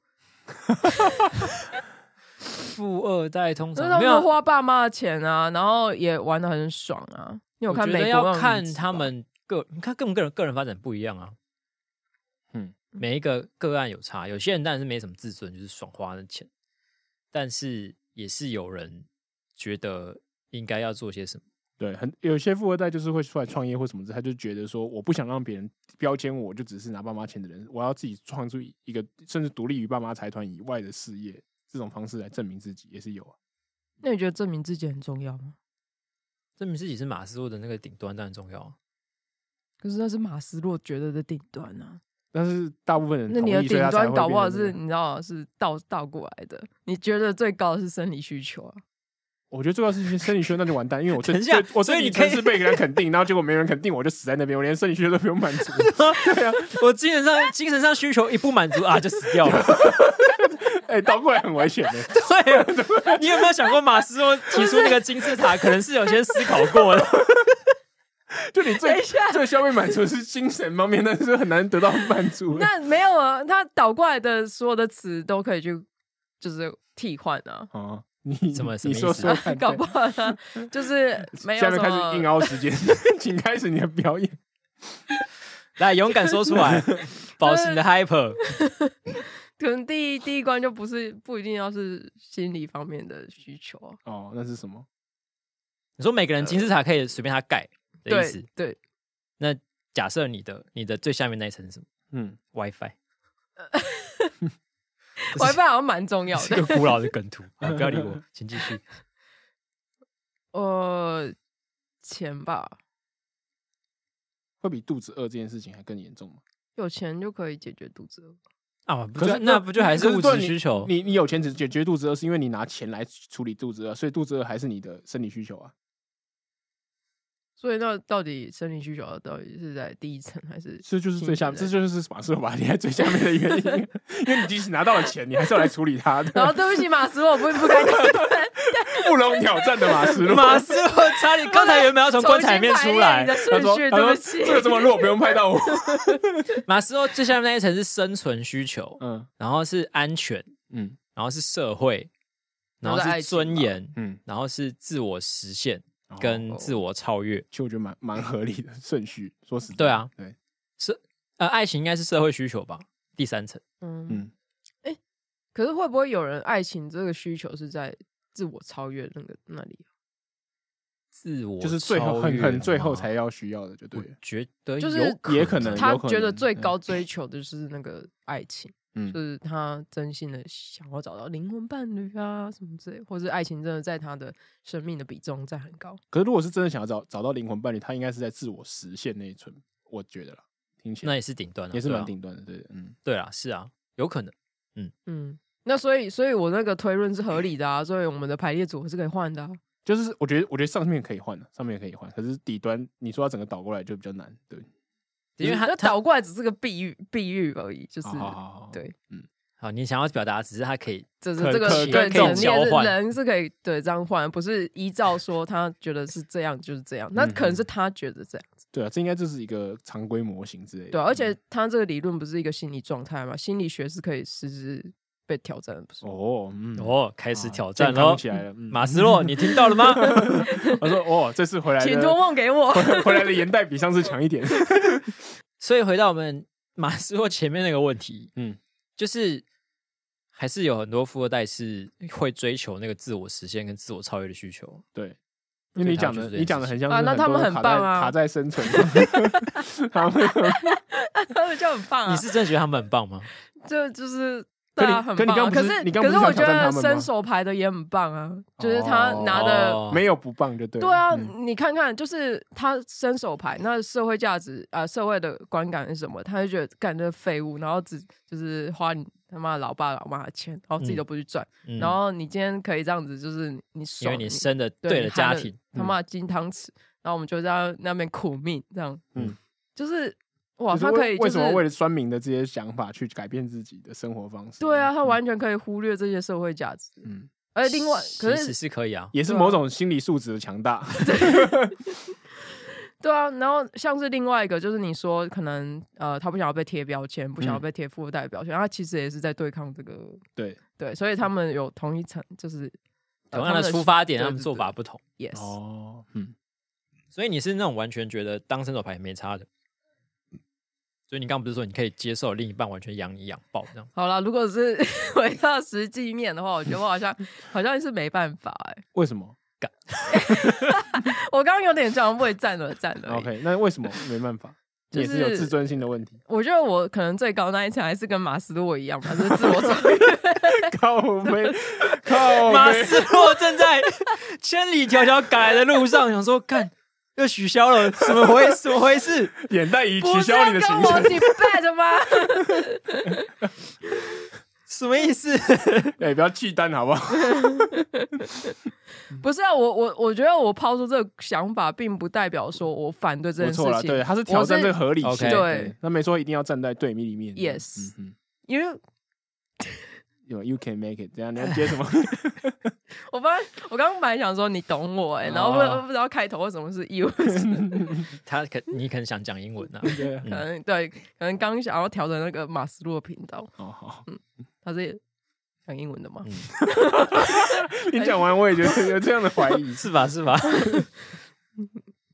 Speaker 1: 富二代通
Speaker 3: 就是
Speaker 1: 常
Speaker 3: 他
Speaker 1: 没有
Speaker 3: 们花爸妈的钱啊，然后也玩的很爽啊。你有
Speaker 1: 我
Speaker 3: 看
Speaker 1: 觉
Speaker 3: 美
Speaker 1: 得
Speaker 3: 国
Speaker 1: 要
Speaker 3: 那种
Speaker 1: 看
Speaker 3: 例子
Speaker 1: 他
Speaker 3: 吧
Speaker 1: 们个，你看个个人个人发展不一样啊。
Speaker 2: 嗯，
Speaker 1: 每一个个案有差，有些人当然是没什么自尊，就是爽花的钱，但是也是有人觉得应该要做些什么。
Speaker 2: 对，很有些富二代就是会出来创业或什么之类，他就觉得说我不想让别人标签我，就只是拿爸妈钱的人，我要自己创出一个甚至独立于爸妈财团以外的事业，这种方式来证明自己也是有啊。
Speaker 3: 那你觉得证明自己很重要吗？
Speaker 1: 证明自己是马斯洛的那个顶端当然重要 啊，
Speaker 3: 可是那是马斯洛觉得的顶端啊，
Speaker 2: 但是大部分人
Speaker 3: 那
Speaker 2: 同
Speaker 3: 你的
Speaker 2: 意所以他
Speaker 3: 顶
Speaker 2: 才
Speaker 3: 端
Speaker 2: 会
Speaker 3: 搞不
Speaker 2: 变
Speaker 3: 好
Speaker 2: 成
Speaker 3: 是
Speaker 2: 那样
Speaker 3: 你知道是倒倒过来的。你觉得最高的是生理需求啊？
Speaker 2: 我觉得最要是生理学，那就完蛋，因为我最
Speaker 1: 等一下
Speaker 2: 最我
Speaker 1: 所以
Speaker 2: 最底
Speaker 1: 你可
Speaker 2: 层
Speaker 1: 以
Speaker 2: 是被人肯定，然后结果没人肯定，我就死在那边，我连生理学都不用满足。对啊，
Speaker 1: 我精神上精神上需求一不满足啊就死掉了。
Speaker 2: 哎、倒过来很危险的。
Speaker 1: 啊对， 你有没有想过马斯洛提出那个金字塔，可能是有些思考过的？
Speaker 2: 就你
Speaker 3: 等
Speaker 2: 最
Speaker 3: 一下，
Speaker 2: 最消费满足是精神方面，但是很难得到满足。
Speaker 3: 那没有啊，他倒过来的所有的词都可以去就是替换啊。
Speaker 2: 啊，你
Speaker 1: 什么什么
Speaker 2: 你
Speaker 1: 意
Speaker 2: 说
Speaker 1: 思啊
Speaker 2: 说看，
Speaker 3: 搞
Speaker 2: 对
Speaker 3: 不好他 就是没有
Speaker 2: 下
Speaker 3: 什
Speaker 2: 面开始硬
Speaker 3: 么，
Speaker 2: 凹时间， 请开始你的表演。
Speaker 1: 来，勇敢说出来，保持你的 hyper。
Speaker 3: 可能第一第一关就不是不一定要是心理方面的需求啊、
Speaker 2: 哦，那是什么？
Speaker 1: 你说每个人金字塔可以随便他盖的意思
Speaker 3: 对？对，
Speaker 1: 那假设你的你的最下面那一层是什么
Speaker 2: 嗯，
Speaker 1: ？WiFi，
Speaker 3: 我还发现好像蛮重要
Speaker 1: 是
Speaker 3: 的。
Speaker 1: 个古老的梗图，啊不要理我，请继续。
Speaker 3: 呃，钱吧，
Speaker 2: 会比肚子饿这件事情还更严重吗？
Speaker 3: 有钱就可以解决肚子饿。
Speaker 1: 啊，不
Speaker 2: 可
Speaker 1: 就是那不就还是
Speaker 2: 可
Speaker 1: 物
Speaker 2: 对
Speaker 1: 质
Speaker 2: 你
Speaker 1: 需求？
Speaker 2: 你你有钱只解决肚子饿，是因为你拿钱来处理肚子饿，所以肚子饿还是你的生理需求啊，
Speaker 3: 所以那到底生理需求到底是在第一层还是
Speaker 2: 这就是最下，
Speaker 3: 精
Speaker 2: 这
Speaker 3: 神
Speaker 2: 就是马斯洛把你在最下面的原因， 因为你即使拿到了钱，你还是要来处理它
Speaker 3: 然后
Speaker 2: 的，
Speaker 3: 对不起马斯洛，我不不该
Speaker 2: 不容挑战的马斯 洛。
Speaker 1: 马斯洛查理刚才原本要从棺材里面
Speaker 3: 重
Speaker 1: 出
Speaker 3: 新排列
Speaker 1: 来
Speaker 3: 你的，
Speaker 2: 他
Speaker 3: 顺
Speaker 2: 说：“
Speaker 3: 序，
Speaker 2: 他
Speaker 3: 对
Speaker 2: 说
Speaker 3: 不起，
Speaker 2: 这个这么弱，不用拍 到我。
Speaker 1: 马斯洛最下面那一层是生存需求”，
Speaker 2: 嗯
Speaker 1: 然后是安全，
Speaker 2: 嗯
Speaker 1: 然后是社会，然后
Speaker 3: 然后是爱
Speaker 1: 是
Speaker 3: 情
Speaker 1: 尊
Speaker 3: 吧
Speaker 1: 严，
Speaker 2: 嗯，
Speaker 1: 然后是自我实现
Speaker 2: 哦
Speaker 1: 跟自我超越。
Speaker 2: 其实我觉得蛮蛮合理的顺序。说实在，
Speaker 1: 对啊，
Speaker 2: 对，
Speaker 1: 呃，爱情应该是社会需求吧，第三层。
Speaker 3: 嗯，
Speaker 2: 嗯，
Speaker 3: 可是会不会有人爱情这个需求是在自我超越那个那里啊？
Speaker 1: 自嗯我
Speaker 2: 就是最后
Speaker 1: 超
Speaker 2: 很
Speaker 1: 越
Speaker 2: 很最后
Speaker 1: 吗
Speaker 2: 才要需要的，就对
Speaker 1: 我
Speaker 2: 了。
Speaker 1: 觉得
Speaker 3: 就是
Speaker 1: 有
Speaker 2: 也可能
Speaker 3: 他
Speaker 2: 呃有可
Speaker 3: 觉得最
Speaker 2: 嗯
Speaker 3: 高追求的就是那个爱情，就
Speaker 2: 嗯，
Speaker 3: 是他真心的想要找到灵魂伴侣啊什么之类，或者爱情真的在他的生命的比重在很高。
Speaker 2: 可是如果是真的想要找找到灵魂伴侣，他应该是在自我实现那一层，我觉得啦，听起
Speaker 1: 那
Speaker 2: 来
Speaker 1: 也是顶端、啊，
Speaker 2: 也是
Speaker 1: 对啊
Speaker 2: 蛮顶端的，对的，嗯，
Speaker 1: 对啦，是啊，有可能。
Speaker 3: 嗯，那所以，所以我那个推论是合理的啊，所以我们的排列组合是可以换的、啊。
Speaker 2: 就是我觉得我觉得上面可以换的，上面可以换，可是底端你说要整个倒过来就比较难，对，
Speaker 1: 因为
Speaker 3: 嗯
Speaker 1: 他
Speaker 3: 那
Speaker 1: 他
Speaker 3: 倒过来只是个比喻，比喻而已，就是
Speaker 1: 哦
Speaker 2: 哦好好好好，
Speaker 3: 对，
Speaker 1: 好，你想要表达只是他可以
Speaker 3: 这是
Speaker 2: 可
Speaker 3: 这个
Speaker 2: 可
Speaker 3: 对
Speaker 2: 可以
Speaker 3: 人
Speaker 1: 交
Speaker 3: 也是
Speaker 1: 换
Speaker 3: 人是可以对这样换，不是依照说他觉得是这样就是这样，
Speaker 2: 嗯
Speaker 3: 那可能是他觉得这样，
Speaker 2: 对啊，这应该就是一个常规模型之类的，
Speaker 3: 对啊、而且
Speaker 2: 嗯
Speaker 3: 他这个理论不是一个心理状态嘛，心理学是可以实质被挑战的，不是吗？
Speaker 2: 哦，嗯，
Speaker 1: 哦开始
Speaker 2: 啊
Speaker 1: 挑
Speaker 2: 健
Speaker 1: 战
Speaker 2: 康
Speaker 1: 喽。
Speaker 2: 起来了，嗯
Speaker 1: 马斯洛，你听到了吗？
Speaker 2: 他说哦，这次回来
Speaker 3: 请托
Speaker 2: 的
Speaker 3: 梦给我。
Speaker 2: 回 回来的年代比上次强一点，
Speaker 1: 所以回到我们 马斯洛前面那个问题，嗯
Speaker 2: 嗯，
Speaker 1: 就是还 是有很多富二代是会追求那个自我实现跟自我超越的需求，
Speaker 2: 对，因为你讲
Speaker 1: 所以他就是这
Speaker 2: 的，
Speaker 1: 件
Speaker 2: 你讲的很像是
Speaker 3: 啊那
Speaker 2: 很
Speaker 3: 他
Speaker 2: 多
Speaker 3: 们
Speaker 2: 人
Speaker 3: 很
Speaker 2: 卡在
Speaker 3: 棒啊
Speaker 2: 卡在生 存上，他们
Speaker 3: 他们就很棒啊
Speaker 1: 你，是真的觉得他们很棒吗？
Speaker 3: 这就是
Speaker 2: 可
Speaker 3: 对
Speaker 2: 你
Speaker 3: 啊，很
Speaker 2: 可你
Speaker 3: 棒啊。
Speaker 2: 刚不
Speaker 3: 可
Speaker 2: 是
Speaker 3: 是
Speaker 2: 你刚
Speaker 3: 可
Speaker 2: 不
Speaker 3: 是
Speaker 2: 是想
Speaker 3: 我
Speaker 2: 挑
Speaker 3: 觉
Speaker 2: 战
Speaker 3: 得
Speaker 2: 他们吗
Speaker 3: 伸手牌的也很棒啊，就是他拿的
Speaker 1: 哦
Speaker 2: 没有不棒就对了。嗯
Speaker 3: 对啊，你看看，就是他伸手牌，那社会价值啊、呃社会的观感是什么？他就觉得干这废物，然后只就是花你他妈老爸老妈的钱，然后自己
Speaker 1: 嗯
Speaker 3: 都不去赚，
Speaker 1: 嗯
Speaker 3: 然后你今天可以这样子，就是你
Speaker 1: 因
Speaker 3: 爽，
Speaker 1: 为你生的
Speaker 3: 对
Speaker 1: 对
Speaker 3: 你
Speaker 1: 了
Speaker 3: 含
Speaker 1: 家
Speaker 3: 了
Speaker 1: 庭，
Speaker 2: 嗯
Speaker 3: 他妈的金汤匙，然后我们就在那边苦命这样，
Speaker 2: 嗯
Speaker 3: 嗯，就是哇，
Speaker 2: 就是
Speaker 3: 他可以
Speaker 2: 为
Speaker 3: 就
Speaker 2: 为
Speaker 3: 是
Speaker 2: 什么为了酸民的这些想法去改变自己的生活方式？
Speaker 3: 对啊，他
Speaker 2: 嗯
Speaker 3: 完全可以忽略这些社会价值，
Speaker 2: 嗯
Speaker 3: 而另外可
Speaker 1: 其实
Speaker 3: 是
Speaker 1: 是可以啊。
Speaker 2: 也是
Speaker 3: 对啊
Speaker 2: 某种心理素质的强大。
Speaker 3: 对啊，然后像是另外一个，就是你说可能呃，他不想要被贴标签，不想要
Speaker 2: 嗯
Speaker 3: 被贴富二代的标签，他其实也是在对抗这个，
Speaker 2: 对，
Speaker 3: 对，所以他们有同一层，就是
Speaker 1: 嗯同
Speaker 3: 呃
Speaker 1: 样的
Speaker 3: 他们
Speaker 1: 出发点，
Speaker 3: 对
Speaker 1: 他们
Speaker 3: 对
Speaker 1: 做
Speaker 3: 对
Speaker 1: 法不同，
Speaker 3: ，yes，、
Speaker 2: 哦，嗯，
Speaker 1: 所以你是那种完全觉得当伸手牌没差的。所以你刚刚不是说你可以接受另一半完全养你养爆这样？
Speaker 3: 好了，如果是 回到实际面的话，我觉得我 好像好像是没办法哎、
Speaker 2: 为什么
Speaker 3: 我刚刚有点像为战而战而已。
Speaker 2: ？OK，那为什 么没办法？
Speaker 3: 就
Speaker 2: 也是有
Speaker 3: 是，
Speaker 2: 自尊心的问题
Speaker 3: 我觉得我可能最高那一层还是跟马斯洛一样吧，就是自我 超越。
Speaker 2: 靠背，靠
Speaker 1: 马
Speaker 2: 背，
Speaker 1: 斯洛正在千里迢�迢赶来的路上，想说干又取消了，怎么回怎么回事？
Speaker 2: 眼袋已
Speaker 3: 不
Speaker 2: 取
Speaker 3: 是
Speaker 2: 消
Speaker 3: 啊要
Speaker 2: 你的
Speaker 3: 跟
Speaker 2: 行
Speaker 3: 我
Speaker 2: 程。
Speaker 3: debate 吗？
Speaker 1: 什么意思？
Speaker 2: 哎，不要忌惮好不好？
Speaker 3: 不是啊，我我我觉得我抛出这个想法，并不代表说我反对这
Speaker 2: 不
Speaker 3: 件事
Speaker 2: 错啦，
Speaker 3: 情。
Speaker 1: 啊
Speaker 2: 对，他是挑战这个合理
Speaker 1: 我
Speaker 2: 性。
Speaker 1: 是 OK
Speaker 3: 对，
Speaker 2: 他没说一定要站在对立面。
Speaker 3: Yes
Speaker 2: 嗯嗯
Speaker 3: 因为
Speaker 2: 有 You can make it，这样你要 接什么？
Speaker 3: 我刚我刚刚本来想说你懂我哎、
Speaker 2: 哦
Speaker 3: 然后不不知道开头为什么是 you，
Speaker 1: 他可你可能想讲英文啊？
Speaker 2: 对啊
Speaker 3: 可能对，可能刚想要调整那个马斯洛频道，
Speaker 2: 好好，
Speaker 3: 他是讲英文的
Speaker 1: 嗯
Speaker 3: 吗？
Speaker 2: 你讲完我也觉得有这样的怀 疑。
Speaker 1: 是吧？是吧？啊，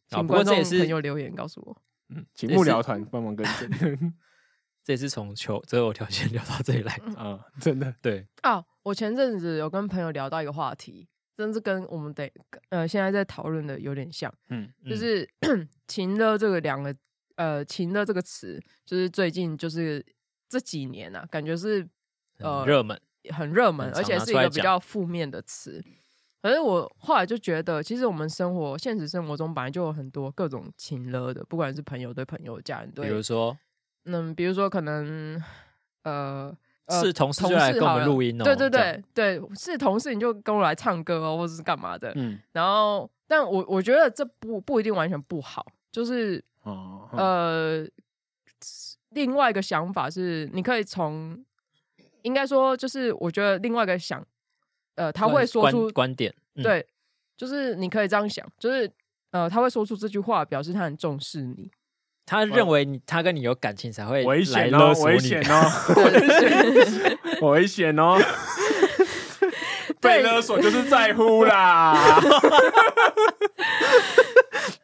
Speaker 3: 请
Speaker 1: 不过
Speaker 3: 观
Speaker 1: 这
Speaker 3: 众
Speaker 1: 也
Speaker 3: 朋友
Speaker 1: 是
Speaker 3: 留言告诉我。
Speaker 2: 嗯请幕僚团帮忙跟 正
Speaker 1: 这也是从求择偶条件 聊到这里
Speaker 3: 嗯
Speaker 1: 来。
Speaker 2: 啊，真的
Speaker 1: 对，
Speaker 3: 啊，我前阵子有跟朋友聊到一个话题，真是跟我们得呃现在在讨论的有点像，
Speaker 2: 嗯
Speaker 3: 嗯，就是 “情乐”这个两个呃“情乐”这个词，就是最近就是这几年啊，感觉是
Speaker 1: 很
Speaker 3: 呃
Speaker 1: 热门，
Speaker 3: 很热门
Speaker 1: 很，常
Speaker 3: 而且
Speaker 1: 拿
Speaker 3: 是一
Speaker 1: 出来
Speaker 3: 个比
Speaker 1: 讲
Speaker 3: 较负面的词。可是我后来就觉得，其实我们生活、现实生活中本来就有很多各种情勒的，不管是朋友对朋友、家人
Speaker 1: 比
Speaker 3: 对
Speaker 1: 如说
Speaker 3: 嗯，比如说可能呃呃
Speaker 1: 是同事
Speaker 3: 同
Speaker 1: 就来
Speaker 3: 事
Speaker 1: 跟我
Speaker 3: 好
Speaker 1: 们
Speaker 3: 了，
Speaker 1: 录音哦，
Speaker 3: 对对
Speaker 1: 这样，
Speaker 3: 对对，是同事你就跟我来唱歌哦，或者是干嘛的。
Speaker 2: 嗯
Speaker 3: 然后，但我我觉得这不不一定完全不好，就是
Speaker 2: 哦
Speaker 1: 嗯
Speaker 2: 哦
Speaker 3: 呃，另外一个想法是，你可以从应该说就是我觉得另外一个想，呃，他会说
Speaker 1: 观
Speaker 3: 出
Speaker 1: 观点，嗯，
Speaker 3: 对，就是你可以这样想，就是呃，他会说出这句话，表示他很重视你。
Speaker 1: 他认为你他跟你有感情才会
Speaker 2: 危
Speaker 1: 来
Speaker 2: 险
Speaker 1: 勒
Speaker 2: 哦，
Speaker 1: 索
Speaker 2: 危
Speaker 1: 你
Speaker 2: 险， 哦， 危险哦。被
Speaker 3: 对
Speaker 2: 勒索就是在乎啦，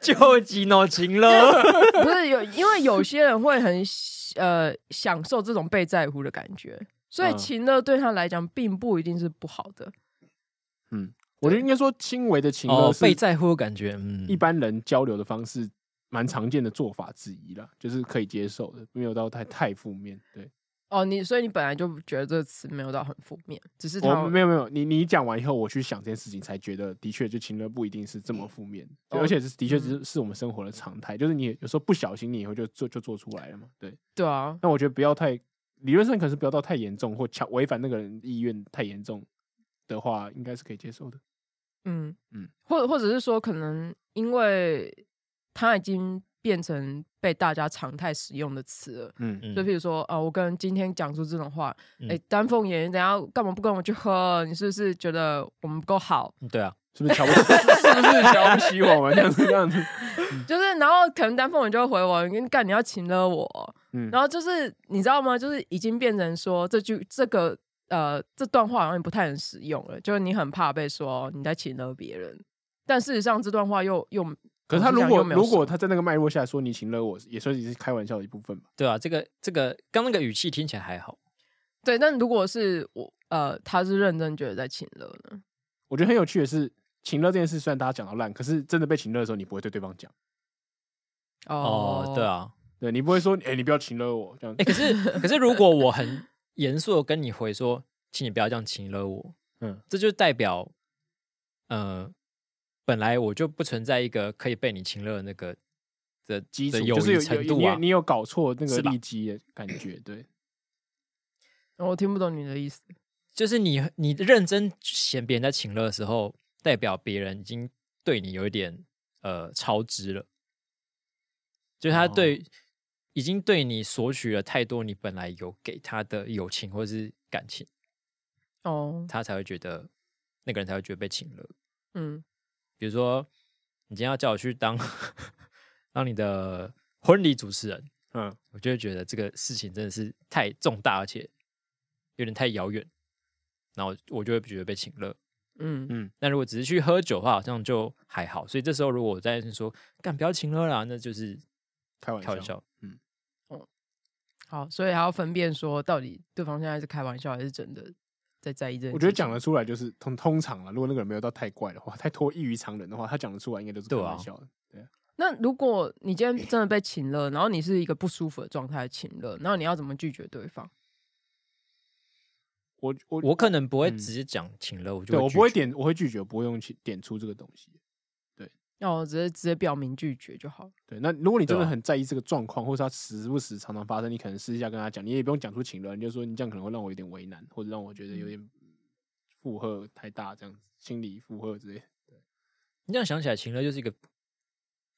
Speaker 1: 救急脑情 了。
Speaker 3: 不是有，因为有些人会很喜呃享受这种被在乎的感觉，所以
Speaker 2: 嗯
Speaker 3: 情乐对他来讲并不一定是不好的。
Speaker 2: 我觉得应该说轻微的情
Speaker 1: 哦
Speaker 2: 勒，
Speaker 1: 被
Speaker 2: 是
Speaker 1: 在乎的感觉，嗯，
Speaker 2: 一般人交流的方式，蛮常见的做法之一啦，就是可以接受的，没有到太太负面。对，
Speaker 3: 哦，你所以你本来就觉得这个词没有到很负面，只是他
Speaker 2: 我没有没有，你你讲完以后，我去想这件事情，才觉得的确就情勒不一定是这么负面，对
Speaker 3: 哦
Speaker 2: 而且是的确是是我们生活的常态，就是你有时候不小心，你以后就做就做出来了嘛。对，
Speaker 3: 对啊，
Speaker 2: 那我觉得不要太理论上可是不要到太严重或强违反那个人意愿太严重的话，应该是可以接受的。
Speaker 3: 嗯
Speaker 2: 嗯
Speaker 3: 嗯，或或者是说，可能因为他已经变成被大家常态使用的词了。
Speaker 2: 嗯
Speaker 1: 嗯
Speaker 3: 就譬如说，啊、我跟今天讲出这种话，哎、
Speaker 1: 嗯
Speaker 3: 丹凤眼，你等一下干嘛不跟我去喝？你是不是觉得我们不够好？
Speaker 1: 对啊，
Speaker 2: 是不是瞧不是不 是瞧不起我们这样子这样子？嗯
Speaker 3: 就是，然后可能丹凤眼就会回我，你干你要请了我，
Speaker 2: 嗯，
Speaker 3: 然后就是你知道吗？就是已经变成说这句这个呃这段话好像不太能使用了，就是你很怕被说你在请了别人，但事实上这段话又又
Speaker 2: 可是他
Speaker 3: 老实
Speaker 2: 如
Speaker 3: 讲
Speaker 2: 果
Speaker 3: 又没有
Speaker 2: 如果他在那个脉络下说你情勒我，也算是开玩笑的一部分吧。
Speaker 1: 对啊，这个这个刚那个语气听起来还好，
Speaker 3: 对，但如果是我呃他是认真觉得在请了呢，
Speaker 2: 我觉得很有趣的是，情乐这件事虽然大家讲到烂，可是真的被情乐的时候，你不会对对方讲，
Speaker 1: 哦，对，啊，
Speaker 2: 对你不会说，哎、你不要情乐我这样
Speaker 1: 哎、，可是可是如果我 很严肃的跟你回说，请你不要这样亲了我，
Speaker 2: 嗯，
Speaker 1: 这就代表，呃，本来我就不存在一个可以被你亲了的那个的
Speaker 2: 基础
Speaker 1: 的友
Speaker 2: 就是
Speaker 1: 谊
Speaker 2: 有
Speaker 1: 程
Speaker 2: 有
Speaker 1: 度
Speaker 2: 你有
Speaker 1: 啊。
Speaker 2: 你有搞错那个
Speaker 1: 是吧
Speaker 2: 利基的感觉，对，
Speaker 3: 哦我听不懂你的意思。
Speaker 1: 就是你你认真嫌别人在请了的时候，代表别人已经对你有一点呃超支了，就是他
Speaker 2: 哦
Speaker 1: 对、已经对你索取了太多你本来有给他的友情或是感情，
Speaker 3: 哦，
Speaker 1: 他才会觉得那个人才会觉得被请了。
Speaker 3: 嗯，
Speaker 1: 比如说，你今天要叫我去当 当你的婚礼主持人，
Speaker 2: 嗯，
Speaker 1: 我就会觉得这个事情真的是太重大，而且有点太遥远，然后我就会觉得被请了。
Speaker 3: 嗯
Speaker 2: 嗯
Speaker 1: 那如果只是去喝酒的话，好像就还好。所以这时候如果我再说干不要请了啦，那就是
Speaker 2: 开玩
Speaker 1: 开玩
Speaker 2: 笑，嗯
Speaker 1: 笑。
Speaker 3: 好，所以还要分辨说，到底对方现在是开玩笑还是真的在在意这件事情。
Speaker 2: 我觉得讲得出来就是通通常了，啊如果那个人没有到太怪的话，太 脱异于常人的话，他讲得出来应该都是开
Speaker 1: 对啊
Speaker 2: 玩笑的，对，
Speaker 3: 那如果你今天真的被请了，然后你是一个不舒服的状态请了，然后你要怎么拒绝对方？
Speaker 2: 我我
Speaker 1: 我可能不会
Speaker 2: 嗯
Speaker 1: 直接讲请了，我就
Speaker 2: 对我不会
Speaker 1: 拒绝
Speaker 2: 点，我会拒绝，我不会用去点出这个东西。
Speaker 3: 那我哦直接直接表明拒绝就好了。
Speaker 2: 对，那如果你真的
Speaker 1: 对啊
Speaker 2: 很在意这个状况，或是他时不时常常发生，你可能私下跟他讲，你也不用讲出情了，你就说你这样可能会让我有点为难，或者让我觉
Speaker 1: 嗯
Speaker 2: 得有点负荷太大，这样子心理负荷之类的。
Speaker 1: 你这样想起来，请了就是一个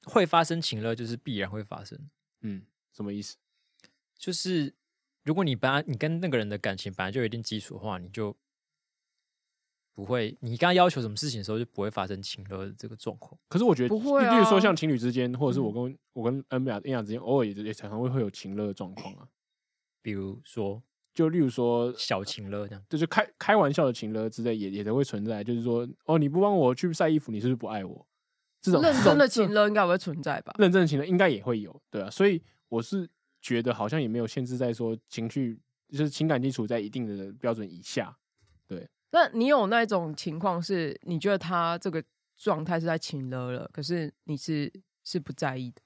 Speaker 1: 会发生请了，就是必然会发生。
Speaker 2: 嗯，什么意思？
Speaker 1: 就是如果你把你跟那个人的感情本来就有一定基础的话，你就不会，你刚要求什么事情的时候就不会发生情勒的这个状况。
Speaker 2: 可是我觉得
Speaker 3: 不会啊
Speaker 2: 例如说像情侣之间，或者是我
Speaker 1: 嗯
Speaker 2: 跟、我跟恩雅恩雅之间，偶尔也也常常会会有情乐的状况啊。
Speaker 1: 比如说
Speaker 2: 就例如说，
Speaker 1: 小情勒这样，
Speaker 2: 就是开开玩笑的情乐之类也，也都会存在。就是说，哦，你不帮我去晒衣服，你是不是不爱我？这种
Speaker 3: 认
Speaker 2: 这
Speaker 3: 真
Speaker 2: 种这
Speaker 3: 的
Speaker 2: 种
Speaker 3: 请了应该不会存在吧？
Speaker 2: 认证情人应该也会有，对啊，所以我是觉得好像也没有限制在说情绪，就是情感基础在一定的标准以下。
Speaker 3: 那你有那种情况是，你觉得他这个状态是在请了了，可是你是是不在意的，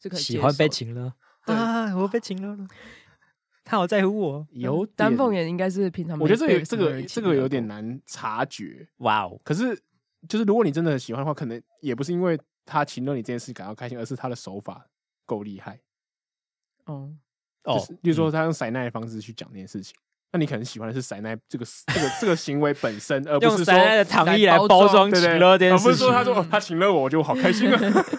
Speaker 3: 是可以
Speaker 1: 喜
Speaker 3: 接
Speaker 1: 欢
Speaker 3: 受
Speaker 1: 被
Speaker 3: 的。
Speaker 1: 情勒
Speaker 2: 对
Speaker 1: 啊，我被情勒了，他好在乎我，
Speaker 2: 有点
Speaker 3: 嗯丹凤，眼应该是平常没
Speaker 2: 我觉得这
Speaker 3: 被
Speaker 2: 个这
Speaker 3: 请了
Speaker 2: 个
Speaker 3: 人
Speaker 2: 这
Speaker 3: 请
Speaker 2: 个
Speaker 3: 了
Speaker 2: 有点
Speaker 3: 过
Speaker 2: 难察觉。
Speaker 1: 哇哦，
Speaker 2: 可是就是如果你真的很喜欢的话，可能也不是因为他情了你这件事感到开心，而是他的手法够厉害。
Speaker 3: 哦，
Speaker 2: 就
Speaker 1: 哦
Speaker 2: 是，例如说他用塞奶的方式去讲这件事情。那你可能喜欢的是塞奶这个这个这个行为本身，而不
Speaker 1: 用
Speaker 2: 是
Speaker 1: 塞
Speaker 2: 说
Speaker 1: 奶的糖衣来
Speaker 3: 来
Speaker 1: 包装
Speaker 3: 包装
Speaker 2: 对
Speaker 1: 情
Speaker 2: 对，
Speaker 1: 勒这件
Speaker 2: 而不
Speaker 1: 事
Speaker 2: 是说他
Speaker 1: 情，
Speaker 2: 说、哦、他请了我，我就好 开心啊，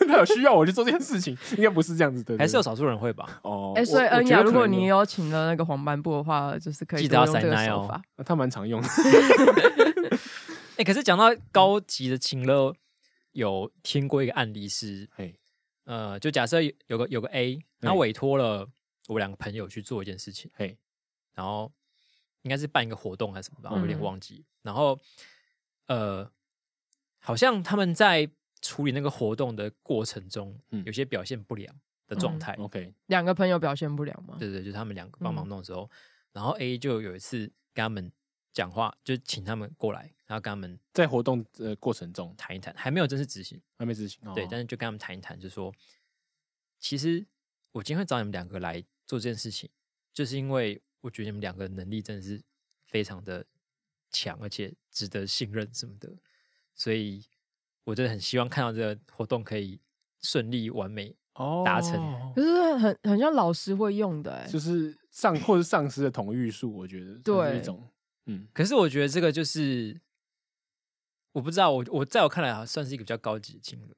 Speaker 2: 他有需要我就做这件事情，应该不是这样子的，对
Speaker 1: 还是有
Speaker 2: 对
Speaker 1: 少数人会吧？
Speaker 2: 哦。
Speaker 3: 哎、所以
Speaker 2: 我我
Speaker 3: 恩
Speaker 2: 觉
Speaker 3: 雅，
Speaker 2: 得
Speaker 3: 如
Speaker 2: 可
Speaker 3: 果
Speaker 2: 能
Speaker 3: 你
Speaker 2: 有，
Speaker 3: 有请了那个黄斑部的话，就是可以
Speaker 1: 记得要
Speaker 3: 多用这
Speaker 1: 塞
Speaker 3: 个
Speaker 1: 奶
Speaker 3: 手
Speaker 1: 哦
Speaker 3: 法。
Speaker 2: 啊他蛮常用的，
Speaker 1: 哎、可是讲到高级的情勒，有听过一个案例是，
Speaker 2: 嘿
Speaker 1: 呃，就假设有有个有个 A，然后
Speaker 2: 哎
Speaker 1: 委托了我两个朋友去做一件事情，
Speaker 2: 嘿，
Speaker 1: 然后应该是办一个活动还是什么吧，我有点
Speaker 3: 嗯
Speaker 1: 忘记。然后呃，好像他们在处理那个活动的过程中，
Speaker 2: 嗯
Speaker 1: 有些表现不良的状
Speaker 3: 嗯
Speaker 1: 态。
Speaker 2: OK，
Speaker 3: 两个朋友表现不良嘛？
Speaker 1: 对对，就是他们两个帮
Speaker 3: 嗯
Speaker 1: 忙弄的时候，然后 A 就有一次跟他们讲话，就请他们过来，然后跟他们
Speaker 2: 在活动呃过程中
Speaker 1: 谈一谈，还没有正式执行。
Speaker 2: 还没执行，
Speaker 1: 对，
Speaker 2: 哦
Speaker 1: 但是就跟他们谈一谈，就说，其实我今天会找你们两个来做这件事情，就是因为我觉得你们两个能力真的是非常的强，而且值得信任什么的，所以我真的很希望看到这个活动可以顺利完美。
Speaker 2: 哦
Speaker 1: 达成
Speaker 3: 可是很很像老师会用的、哎，
Speaker 2: 就是丧或是丧失的同欲术，我觉得算是
Speaker 3: 对
Speaker 2: 一种嗯
Speaker 1: 可是我觉得这个就是，我不知道，我我在我看来啊，算是一个比较高级的情侣。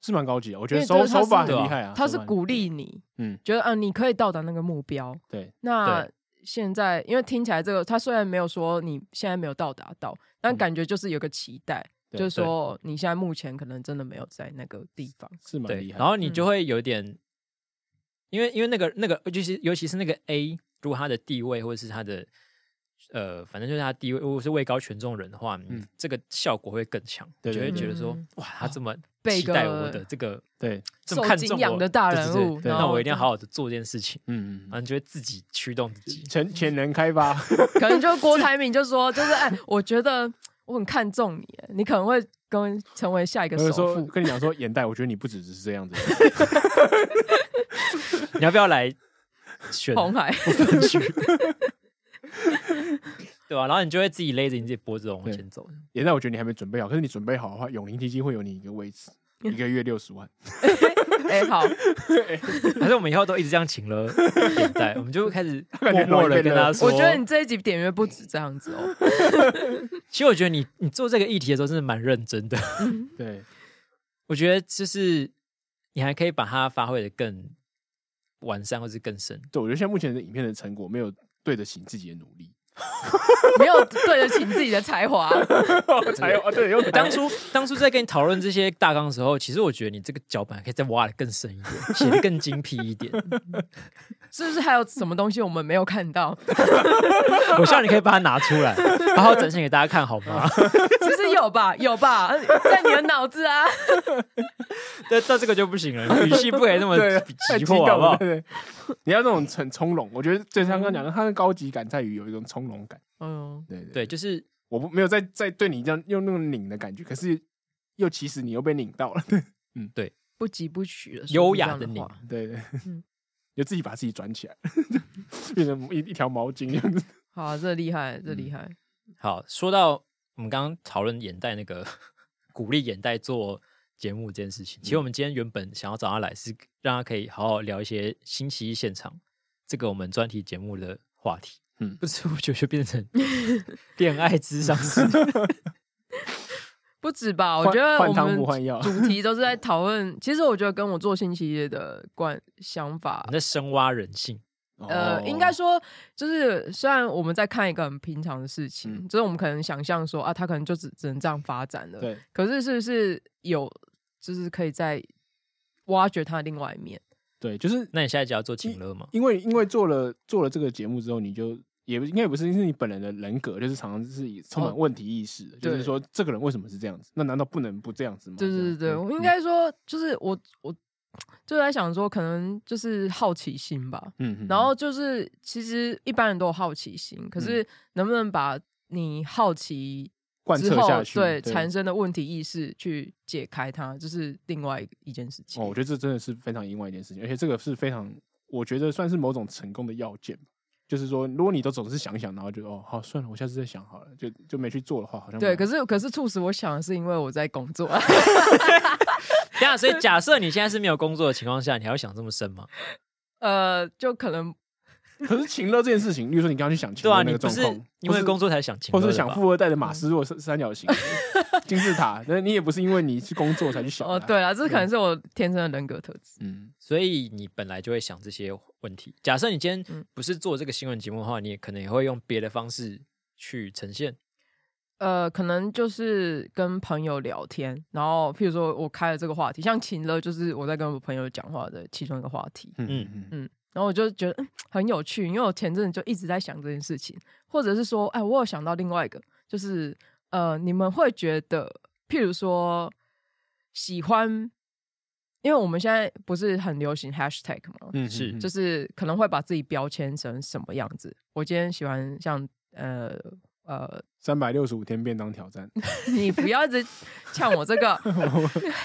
Speaker 2: 是蛮高级的，我觉得
Speaker 3: 因为
Speaker 2: 手
Speaker 3: 这个
Speaker 2: 手法
Speaker 3: 它是
Speaker 2: 很厉害啊，
Speaker 3: 他
Speaker 2: 手
Speaker 3: 是
Speaker 2: 法很
Speaker 3: 鼓励你，
Speaker 2: 嗯
Speaker 3: 觉得啊，你可以到达那个目标。
Speaker 2: 对
Speaker 3: 那
Speaker 1: 对
Speaker 3: 现在，因为听起来这个，他虽然没有说你现在没有到达到，但
Speaker 2: 嗯
Speaker 3: 感觉就是有个期待，
Speaker 2: 对
Speaker 3: 就是说你现在目前可能真的没有在那个地方。
Speaker 2: 是蛮
Speaker 1: 对
Speaker 2: 厉，害，
Speaker 1: 然后你就
Speaker 3: 嗯
Speaker 1: 会有点，因为因为那个那个，就是尤其是那个 A，如果他的地位或者是他的呃，反正就是他地位，如果是位高权重的人的话，你
Speaker 2: 嗯
Speaker 1: 这个效果会更强，
Speaker 2: 对对
Speaker 1: 你就会觉得说
Speaker 3: 嗯
Speaker 1: 哇，他这么
Speaker 3: 被
Speaker 1: 期待
Speaker 3: 个
Speaker 1: 我的这个
Speaker 2: 对
Speaker 1: 这么
Speaker 3: 受
Speaker 1: 看
Speaker 3: 敬
Speaker 1: 重
Speaker 3: 仰
Speaker 1: 我
Speaker 3: 的大
Speaker 1: 对对
Speaker 3: 人
Speaker 1: 对
Speaker 3: 物
Speaker 2: 对
Speaker 1: 那
Speaker 3: 然
Speaker 1: 我
Speaker 3: 后
Speaker 1: 一定要
Speaker 3: 这
Speaker 1: 好好的做这件事情，
Speaker 2: 嗯嗯
Speaker 1: 然
Speaker 2: 嗯，
Speaker 1: 后你就会自己驱动自己。
Speaker 2: 潜潜能开发，
Speaker 3: 可能就郭台铭就说，就是哎，我觉得我很看重你，哎你可能会跟成为下一个
Speaker 2: 有人
Speaker 3: 首
Speaker 2: 说
Speaker 3: 富。
Speaker 2: 跟你讲说眼袋，我觉得你不只是这样子，
Speaker 1: 你要不要来选
Speaker 3: 红海，
Speaker 1: 分区？对吧、然后你就会自己勒着你自己脖子往前走。
Speaker 2: 眼袋我觉得你还没准备好，可是你准备好的话，永龄基金会有你一个位置，一个月六十万，
Speaker 3: 哎、好，
Speaker 1: 还是我们以后都一直这样 请了眼袋，我们就开 始
Speaker 2: 感觉
Speaker 1: 默默的
Speaker 2: 容易被
Speaker 1: 跟
Speaker 2: 勒
Speaker 1: 他说。
Speaker 3: 我觉得你这一集点阅不止这样子哦。
Speaker 1: 其实我觉得你你做这个议题的时候真的蛮认真的。
Speaker 2: 对，
Speaker 1: 我觉得就是你还可以把它发挥的更完善，或是更深。
Speaker 2: 对，我觉得现在目前的影片的成果没有对得起自己的努力，
Speaker 3: 没有对得起你自己的才华，
Speaker 2: 才有啊，对，有
Speaker 1: 当初当初在跟你讨论这些大纲的时候，其实我觉得你这个脚本还可以再挖的更深一点，写的更精辟一点。
Speaker 3: 是不是还有什么东西我们没有看到？
Speaker 1: 我希望你可以把它拿出来，好好展现给大家看，好 吗？
Speaker 3: 其实有吧，有吧，在你的脑子啊。
Speaker 1: 但但这个就不行了，语气不可以那么
Speaker 2: 对
Speaker 1: 急 迫，好不好？
Speaker 2: 对对对你要那种很从容，我觉得就像刚刚讲的，他的高级感在于有一种从容感，
Speaker 3: 嗯，
Speaker 2: 对对
Speaker 1: 对，就是
Speaker 2: 我不没有在在对你这样用那种拧的感觉，可是又其实你又被拧到了，对
Speaker 3: 不疾不徐的，
Speaker 1: 优雅的
Speaker 3: 你
Speaker 1: 你，
Speaker 2: 对对
Speaker 3: 嗯，
Speaker 2: 就自己把自己转起来， 变成一一条毛巾这样子。
Speaker 3: 好、啊，这厉害，
Speaker 2: 嗯
Speaker 3: 这厉害。
Speaker 1: 好。说到我们刚刚讨论眼袋那个鼓励眼袋做节目这件事情，其实
Speaker 2: 嗯
Speaker 1: 我们今天原本想要找他来，是让他可以好好聊一些星期一现场这个我们专题节目的话题。嗯
Speaker 2: 嗯，
Speaker 1: 不知不觉就变成恋爱智商 师。
Speaker 3: 不止哦吧，我
Speaker 2: 换
Speaker 3: 觉得
Speaker 2: 换
Speaker 3: 我
Speaker 2: 汤不
Speaker 3: 们
Speaker 2: 换药，
Speaker 3: 主题都是在讨论。其实我觉得跟我做星期一的观想法
Speaker 1: 你在深挖人性，
Speaker 2: 哦
Speaker 3: 呃，应该说就是，虽然我们在看一个很平常的事情，
Speaker 2: 嗯
Speaker 3: 就是我们可能想象说啊，它可能就只只能这样发展了。
Speaker 2: 对，
Speaker 3: 可是是不是有，就是可以在挖掘它的另外一面？
Speaker 2: 对，就是
Speaker 1: 那你下一集要做请乐吗？
Speaker 2: 因为因为做了做了这个节目之后，你就也不应该也不是是你本人的人格，就是常常是以充
Speaker 3: 哦
Speaker 2: 满问题意识的，就
Speaker 3: 对
Speaker 2: 是说这个人为什么是这样子？那难道不能不这样子吗？
Speaker 3: 对对对
Speaker 2: 这
Speaker 3: 对，
Speaker 2: 样嗯
Speaker 3: 我应该说就是我我就在想说，可能就是好奇心吧。
Speaker 2: 嗯，嗯嗯嗯
Speaker 3: 然后就是，其实一般人都有好奇心，可是能不能把你好奇
Speaker 2: 贯
Speaker 3: 之
Speaker 2: 彻
Speaker 3: 后
Speaker 2: 下去，
Speaker 3: 对
Speaker 2: 对
Speaker 3: 产生的问题意识去解开它，就是另外一件事情。
Speaker 2: 哦，我觉得这真的是非常另外一件事情，而且这个是非常，我觉得算是某种成功的要件吧就是说，如果你都总是想一想，然后就哦好算了，我下次再想好了，就就没去做的话，好像
Speaker 3: 对，可
Speaker 2: 是
Speaker 3: 是可是促使我想的是，因为我在工 作、啊，
Speaker 2: 嗯
Speaker 1: 对啊，所以假设你现在是没有工作的情况下，你还会想这么深吗？
Speaker 3: 呃，就可 能
Speaker 2: 可是情乐这件事情，例如说你刚刚去想情
Speaker 1: 对啊，
Speaker 2: 乐
Speaker 1: 你
Speaker 2: 那个
Speaker 1: 不
Speaker 2: 状
Speaker 1: 是
Speaker 2: 况，
Speaker 1: 因为
Speaker 2: 或是
Speaker 1: 工作才想请乐
Speaker 2: 或
Speaker 1: 的吧，嗯
Speaker 2: 是想富二代的马斯洛三三 角形、金字塔，那你也不是因为你去工作才去想
Speaker 3: 哦，
Speaker 2: 的啊
Speaker 3: 对啊，这可能是我天生的人格特质。
Speaker 2: 嗯，
Speaker 1: 所以你本来就会想这些问题。假设你今天
Speaker 3: 嗯
Speaker 1: 不是做这个新闻节目的话，你也可能也会用别的方式去呈现。
Speaker 3: 呃，可能就是跟朋友聊天，然后譬如说我开了这个话题，像情乐就是我在跟我朋友讲话的其中一个话题，
Speaker 2: 嗯
Speaker 1: 嗯
Speaker 2: 嗯嗯，
Speaker 3: 嗯，然后我就觉得、嗯、很有趣，因为我前阵子就一直在想这件事情，或者是说，哎，我有想到另外一个，就是呃，你们会觉得，譬如说喜欢，因为我们现在不是很流行 hashtag 嘛，
Speaker 2: 嗯
Speaker 1: 是
Speaker 2: 嗯
Speaker 3: 就是可能会把自己标签成什么样子。我今天喜欢像呃呃，
Speaker 2: 三百六十五天便当挑战，
Speaker 3: 你不要一直呛我这个，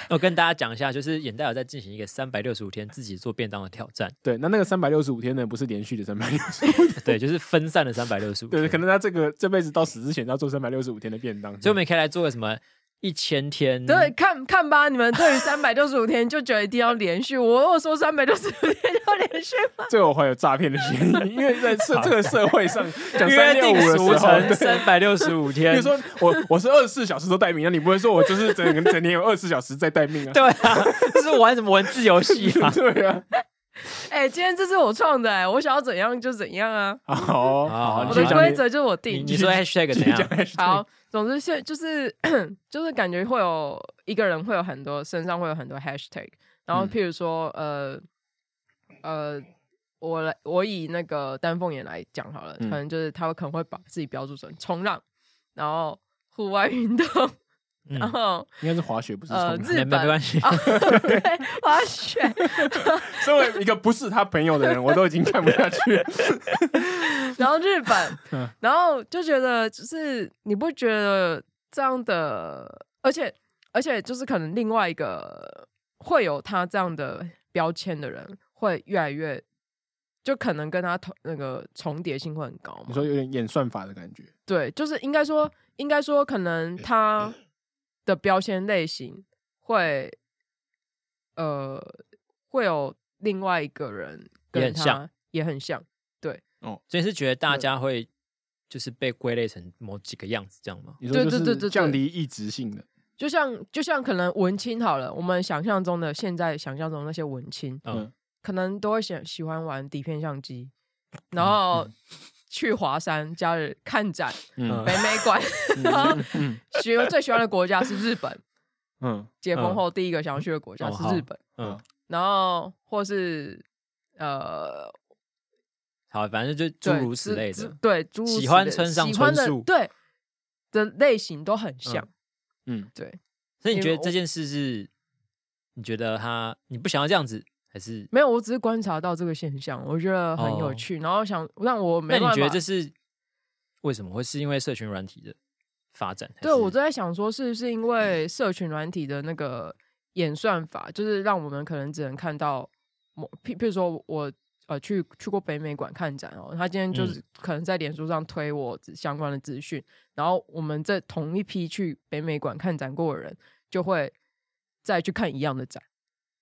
Speaker 1: 我跟大家讲一下，就是眼袋有在进行一个三百六十五天自己做便当的挑战，
Speaker 2: 对，那那个三百六十五天呢，不是连续的三百六十五，
Speaker 1: 对，就是分散的三百六十五。
Speaker 2: 对，可能他这个这辈子到死之前要做三百六十五天的便当，
Speaker 1: 所以我们也可以来做个什么一千天，
Speaker 3: 对，看看吧，你们对于三百六十五天就觉得一定要连续，我有说三百六十五天要连续吗？
Speaker 2: 这个我怀有诈骗的嫌疑，因为在社这个社会上讲三
Speaker 1: 约
Speaker 2: 六
Speaker 1: 定
Speaker 2: 五的时
Speaker 1: 俗
Speaker 2: 候，
Speaker 1: 成
Speaker 2: 对
Speaker 1: 三百六十 五
Speaker 2: 比
Speaker 1: 天
Speaker 2: 如。说我我是二十四小时都待命，那你不会说我就是整个整年有二十小时在待命啊？
Speaker 1: 对啊，这是玩什么文字游戏啊？
Speaker 2: 对啊，
Speaker 3: 哎、今天这是我创的、哎，我想要怎样就怎样啊！
Speaker 2: 好
Speaker 1: 好
Speaker 2: 好，
Speaker 3: 我
Speaker 2: 你
Speaker 3: 的
Speaker 2: 先讲
Speaker 3: 规
Speaker 2: 你哎
Speaker 3: 则就是我
Speaker 1: 你
Speaker 3: 定。
Speaker 1: 你说 hashtag 怎
Speaker 2: 先讲
Speaker 1: 样？
Speaker 2: hashtag，
Speaker 3: 好，总之是就是 就是感觉会有一个人会有很多身上会有很多 hashtag，然后
Speaker 2: 嗯
Speaker 3: 譬如说、呃呃，我来我以那个丹凤眼来讲好了，
Speaker 2: 嗯
Speaker 3: 可能就是他会可能会把自己标注成冲浪，然后户外运动，
Speaker 1: 嗯
Speaker 3: 然后
Speaker 2: 应该是滑雪不是
Speaker 3: 呃
Speaker 2: 冲浪。
Speaker 3: 日
Speaker 1: 没没
Speaker 3: 本
Speaker 1: 没关系，
Speaker 3: 啊对滑雪，
Speaker 2: 身为一个不是他朋友的人，我都已经看不下去了。
Speaker 3: 然后日本
Speaker 2: 嗯，
Speaker 3: 然后就觉得就是你不觉得这样的，而且而且就是可能另外一个会有他这样的标签的人，会越来越就可能跟他同那个重叠性会很高
Speaker 2: 你
Speaker 3: 嘛。
Speaker 2: 说有点演算法的感觉，
Speaker 3: 对，就是应该说，应该说，可能他的标签类型会呃会有另外一个人
Speaker 1: 也
Speaker 3: 跟
Speaker 1: 很像
Speaker 3: 他也很像，
Speaker 2: 哦
Speaker 1: 所以是觉得
Speaker 2: 嗯
Speaker 1: 大家会就是被归类成某几个样子这样吗？
Speaker 2: 你说就
Speaker 3: 对对对
Speaker 2: 是
Speaker 3: 对
Speaker 2: 降低异质性的，
Speaker 3: 就像就像可能文青好了，我们想象中的现在想象中那些文青，
Speaker 1: 嗯，
Speaker 3: 可能都会喜喜欢玩底片相机，
Speaker 1: 嗯
Speaker 3: 然后去华山、假日看 展、
Speaker 1: 嗯
Speaker 3: 北美馆，然后
Speaker 2: 嗯
Speaker 3: 学最喜欢的国家是日本，
Speaker 2: 嗯，
Speaker 3: 解封
Speaker 1: 嗯
Speaker 3: 后第一个想要去的国家
Speaker 1: 哦
Speaker 3: 是
Speaker 1: 好
Speaker 3: 日本，
Speaker 1: 嗯，
Speaker 3: 然后或是呃，
Speaker 1: 好，反正就诸
Speaker 3: 对
Speaker 1: 如此
Speaker 3: 之
Speaker 1: 类
Speaker 3: 之
Speaker 1: 的。
Speaker 3: 对，诸如
Speaker 1: 喜
Speaker 3: 此
Speaker 1: 欢
Speaker 3: 类
Speaker 1: 村上
Speaker 3: 喜欢
Speaker 1: 春
Speaker 3: 的
Speaker 1: 树
Speaker 3: 对的类型都很像，
Speaker 2: 嗯
Speaker 3: 对，
Speaker 1: 所以你
Speaker 3: 因
Speaker 1: 觉
Speaker 3: 为
Speaker 1: 得这
Speaker 3: 我
Speaker 1: 件事是？你觉得他你不想要这样子，还是？
Speaker 3: 没有，我只是观察到这个现象，我觉得很有
Speaker 1: 哦
Speaker 3: 趣，然后想让我没
Speaker 1: 那你
Speaker 3: 办
Speaker 1: 觉得
Speaker 3: 法
Speaker 1: 这是为什么？会是因为社群软体的发展？还
Speaker 3: 对，我
Speaker 1: 是
Speaker 3: 都在想说，是不是因为社群软体的那个演算法，就是让我们可能只能看到某，譬譬如说我呃去去过北美馆看展哦，他今天
Speaker 1: 嗯
Speaker 3: 就是可能在脸书上推我只相关的资讯，然后我们这同一批去北美馆看展过的人，就会再去看一样的展，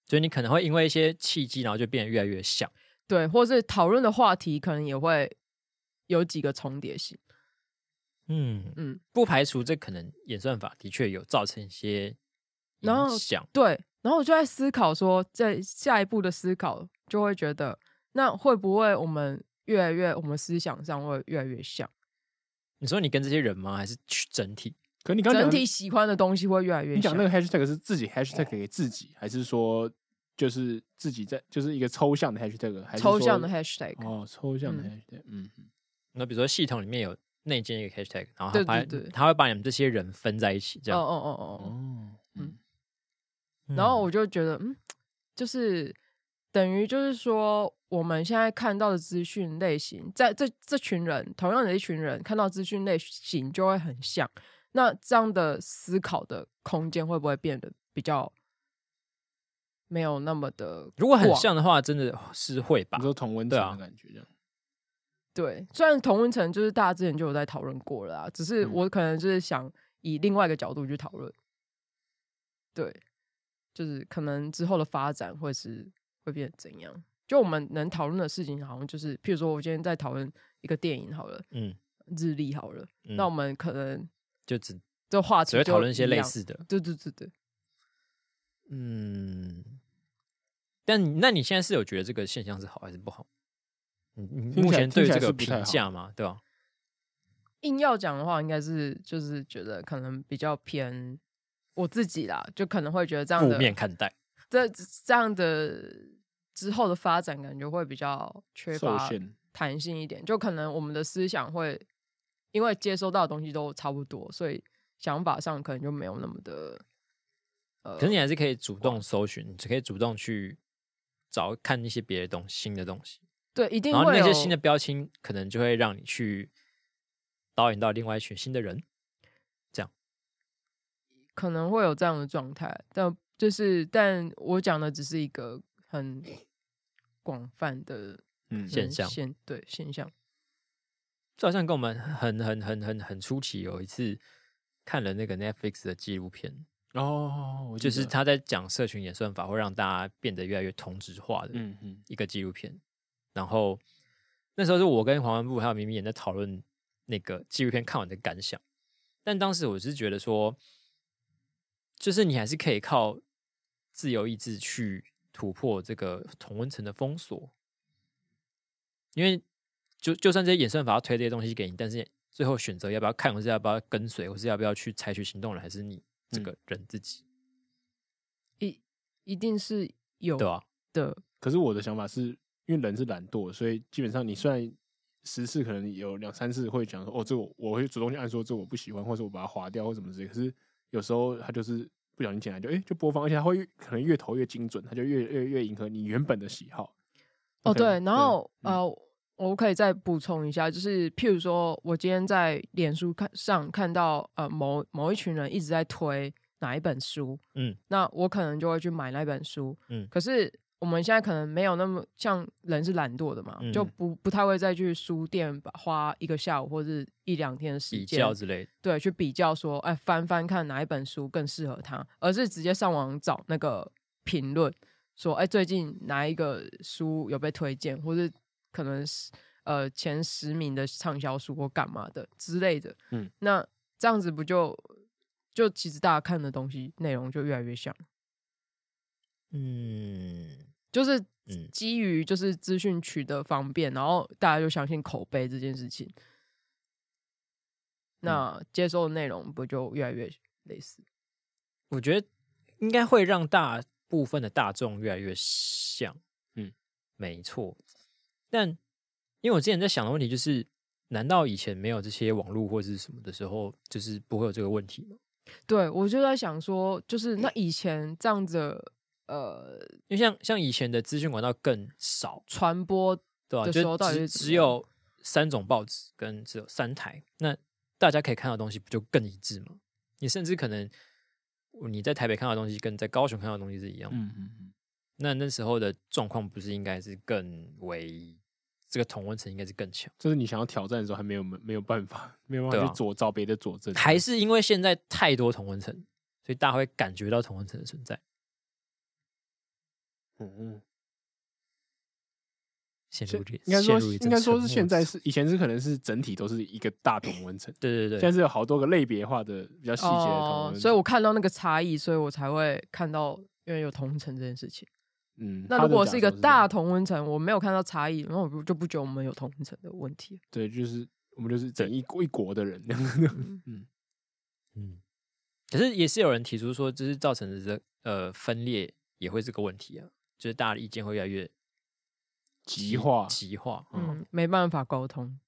Speaker 1: 所以你可能会因为一些契机，然后就变得越来越像。
Speaker 3: 对，或是讨论的话题可能也会有几个重叠性，
Speaker 1: 嗯
Speaker 3: 嗯，
Speaker 1: 不排除这可能演算法的确有造成一些
Speaker 3: 然后
Speaker 1: 影响。
Speaker 3: 对，然后我就在思考说，在下一步的思考就会觉得，那会不会我们越来越，我们思想上会越来越像，
Speaker 1: 你说你跟这些人吗？还是去整体？
Speaker 2: 可你刚刚
Speaker 3: 整
Speaker 2: 讲
Speaker 3: 体喜欢的东西会越来越
Speaker 2: 你讲
Speaker 3: 像
Speaker 2: 那？个 hashtag 是自己 hashtag 给自己，还是说就是自己在就是一个抽象的 hashtag，还是
Speaker 3: 抽
Speaker 2: 说
Speaker 3: 象的 hashtag，、
Speaker 2: 哦，抽象的
Speaker 3: 嗯
Speaker 2: hashtag，嗯，
Speaker 1: 那比如说系统里面有内建一个 hashtag，然后它
Speaker 3: 对
Speaker 1: 把
Speaker 3: 对对
Speaker 1: 它会把你们这些人分在一起，这
Speaker 3: 哦
Speaker 1: 样。
Speaker 3: 哦哦哦哦，
Speaker 2: 哦，嗯
Speaker 1: 嗯
Speaker 3: 然后我就觉得，嗯，就是等于就是说，我们现在看到的资讯类型，在这这群人同样的一群人看到资讯类型就会很像，那这样的思考的空间会不会变得比较没有那么的
Speaker 1: 如果很
Speaker 3: 广
Speaker 1: 像的话，真的是会吧
Speaker 3: 嗯
Speaker 2: 你？说同温
Speaker 1: 对
Speaker 2: 层
Speaker 1: 啊
Speaker 2: 的感觉这样，
Speaker 3: 对，虽然同温层就是大家之前就有在讨论过了啊，只是
Speaker 2: 嗯
Speaker 3: 我可能就是想以另外一个角度去讨论。对，就是可能之后的发展会是会变成怎样？就我们能讨论的事情，好像就是，譬如说，我今天在讨论一个电影好了，
Speaker 1: 嗯，
Speaker 3: 日历好了，
Speaker 1: 嗯
Speaker 3: 那我们可能
Speaker 1: 就只
Speaker 3: 这话题
Speaker 1: 只会
Speaker 3: 就
Speaker 1: 讨论一些类
Speaker 3: 样。
Speaker 1: 似的。
Speaker 3: 对对对对，
Speaker 1: 嗯，但你那你现在是有觉得这个现象是好还是不好？你你
Speaker 2: 听
Speaker 1: 目
Speaker 2: 起来
Speaker 1: 前对
Speaker 2: 听起
Speaker 1: 这
Speaker 2: 来
Speaker 1: 个
Speaker 2: 是
Speaker 1: 有
Speaker 2: 不太
Speaker 1: 评
Speaker 2: 好
Speaker 1: 价吗？对吧、
Speaker 3: 硬要讲的话，应该是就是觉得可能比较偏我自己啦，就可能会觉得这样
Speaker 1: 负
Speaker 3: 的
Speaker 1: 面看待。
Speaker 3: 这这样的之后的发展，感觉会比较缺
Speaker 2: 受
Speaker 3: 乏
Speaker 2: 限，
Speaker 3: 弹性一点。就可能我们的思想会因为接收到的东西都差不多，所以想法上可能就没有那么的呃
Speaker 1: 可是你还是可以主动搜寻，你只可以主动去找看一些别的东西、新的东西，
Speaker 3: 对，一定
Speaker 1: 然后
Speaker 3: 会
Speaker 1: 那些
Speaker 3: 有
Speaker 1: 新的标签可能就会让你去导引到另外一群新的人。
Speaker 3: 可能会有这样的状态，但就是但我讲的只是一个很广泛的
Speaker 2: 嗯，
Speaker 1: 现
Speaker 3: 嗯
Speaker 1: 象
Speaker 3: 现对现象。
Speaker 1: 就好像跟我们很很很很很初期有一次看了那个 Netflix 的纪录片，
Speaker 2: 哦，我记
Speaker 1: 就是
Speaker 2: 得，
Speaker 1: 他在讲社群演算法会让大家变得越来越同质化的
Speaker 2: 嗯嗯，
Speaker 1: 一个纪录片。然后那时候是我跟黄文部还有明明也在讨论那个纪录片看完的感想，但当时我是觉得说，就是你还是可以靠自由意志去突破这个同温层的封锁，因为就就算这些演算法要推这些东西给你，但是最后选择要不要看，或是要不要跟随，或是要不要去采取行动的，还是你这
Speaker 2: 嗯
Speaker 1: 个人自己，
Speaker 3: 一一定是有
Speaker 1: 对吧、
Speaker 3: 的，
Speaker 2: 可是我的想法是，因为人是懒惰，所以基本上你虽然十次可能有两三次会讲说，哦，这我我会主动去按说这我不喜欢，或者我把它划掉或什么之类。可是有时候它就是不小心进来就哎、诶就播放，而且它会越可能越投越精准，它就越越越迎合你原本的喜好。
Speaker 3: 哦，
Speaker 2: OK，
Speaker 3: 对，然后
Speaker 2: 嗯
Speaker 3: 呃，我可以再补充一下，就是譬如说我今天在脸书看上看到呃某某一群人一直在推哪一本书，
Speaker 1: 嗯，
Speaker 3: 那我可能就会去买那本书，
Speaker 1: 嗯
Speaker 3: 可是我们现在可能没有那么像人是懒惰的嘛，
Speaker 1: 嗯
Speaker 3: 就不不太会再去书店把花一个下午或是一两天的时
Speaker 1: 比
Speaker 3: 间
Speaker 1: 较，之类的，
Speaker 3: 对，去比较说，哎，翻翻看哪一本书更适合他，而是直接上网找那个评论，说，哎，最近哪一个书有被推荐，或是可能是呃前十名的畅销书或干嘛的之类的。
Speaker 2: 嗯，
Speaker 3: 那这样子不就就其实大家看的东西内容就越来越像，
Speaker 1: 嗯
Speaker 3: 就是
Speaker 1: 嗯
Speaker 3: 基于就是资讯取得方便，然后大家就相信口碑这件事情，那接受的内容不就越来越类似？
Speaker 1: 我觉得应该会让大部分的大众越来越像，
Speaker 2: 嗯，
Speaker 1: 没错。但因为我之前在想的问题就是，难道以前没有这些网络或是什么的时候，就是不会有这个问题吗？
Speaker 3: 对，我就在想说，就是那以前这样子的呃
Speaker 1: 因为像像以前的资讯管道更少，
Speaker 3: 传播，
Speaker 1: 对吧、
Speaker 3: 的时
Speaker 1: 就
Speaker 3: 候到底
Speaker 1: 只
Speaker 3: 是怎
Speaker 1: 只
Speaker 3: 么样
Speaker 1: 有三种报纸跟只有三台，那大家可以看到的东西不就更一致吗？你甚至可能你在台北看到的东西跟在高雄看到的东西是一样的，
Speaker 2: 嗯嗯嗯，
Speaker 1: 那那时候的状况不是应该是更为这个同温层应该是更强，
Speaker 2: 就是你想要挑战的时候，还没有没有办法，没有办
Speaker 1: 对
Speaker 2: 法
Speaker 1: 啊
Speaker 2: 去佐照别的佐证，
Speaker 1: 还是因为现在太多同温层，所以大家会感觉到同温层的存在。
Speaker 2: 嗯嗯，
Speaker 1: 陷
Speaker 2: 现
Speaker 1: 入这
Speaker 2: 应该说
Speaker 1: 陷入一阵
Speaker 2: 应该说
Speaker 1: 沉默
Speaker 2: 是现在
Speaker 1: 之
Speaker 2: 是以前是可能是整体都是一个大同文层，
Speaker 1: 对对
Speaker 2: 现
Speaker 1: 对
Speaker 2: 在，是有好多个类别化的比较细节的同
Speaker 3: 哦
Speaker 2: 文，层，
Speaker 3: 所以我看到那个差异，所以我才会看到因为有同温层这件事情。
Speaker 2: 嗯，
Speaker 3: 那
Speaker 2: 他
Speaker 3: 如
Speaker 2: 的
Speaker 3: 果
Speaker 2: 假
Speaker 3: 是一个
Speaker 2: 设这
Speaker 3: 大
Speaker 2: 样
Speaker 3: 同温层，我没有看到差异，那我不就不觉得我们有同温层的问题。
Speaker 2: 对，就是我们就是整一国一国的人，
Speaker 1: 嗯。可是也是有人提出说，就是造成的这呃分裂也会是个问题啊，就是大家的意见会越来越
Speaker 2: 极化，
Speaker 1: 极化。嗯
Speaker 3: 嗯，没办法沟通。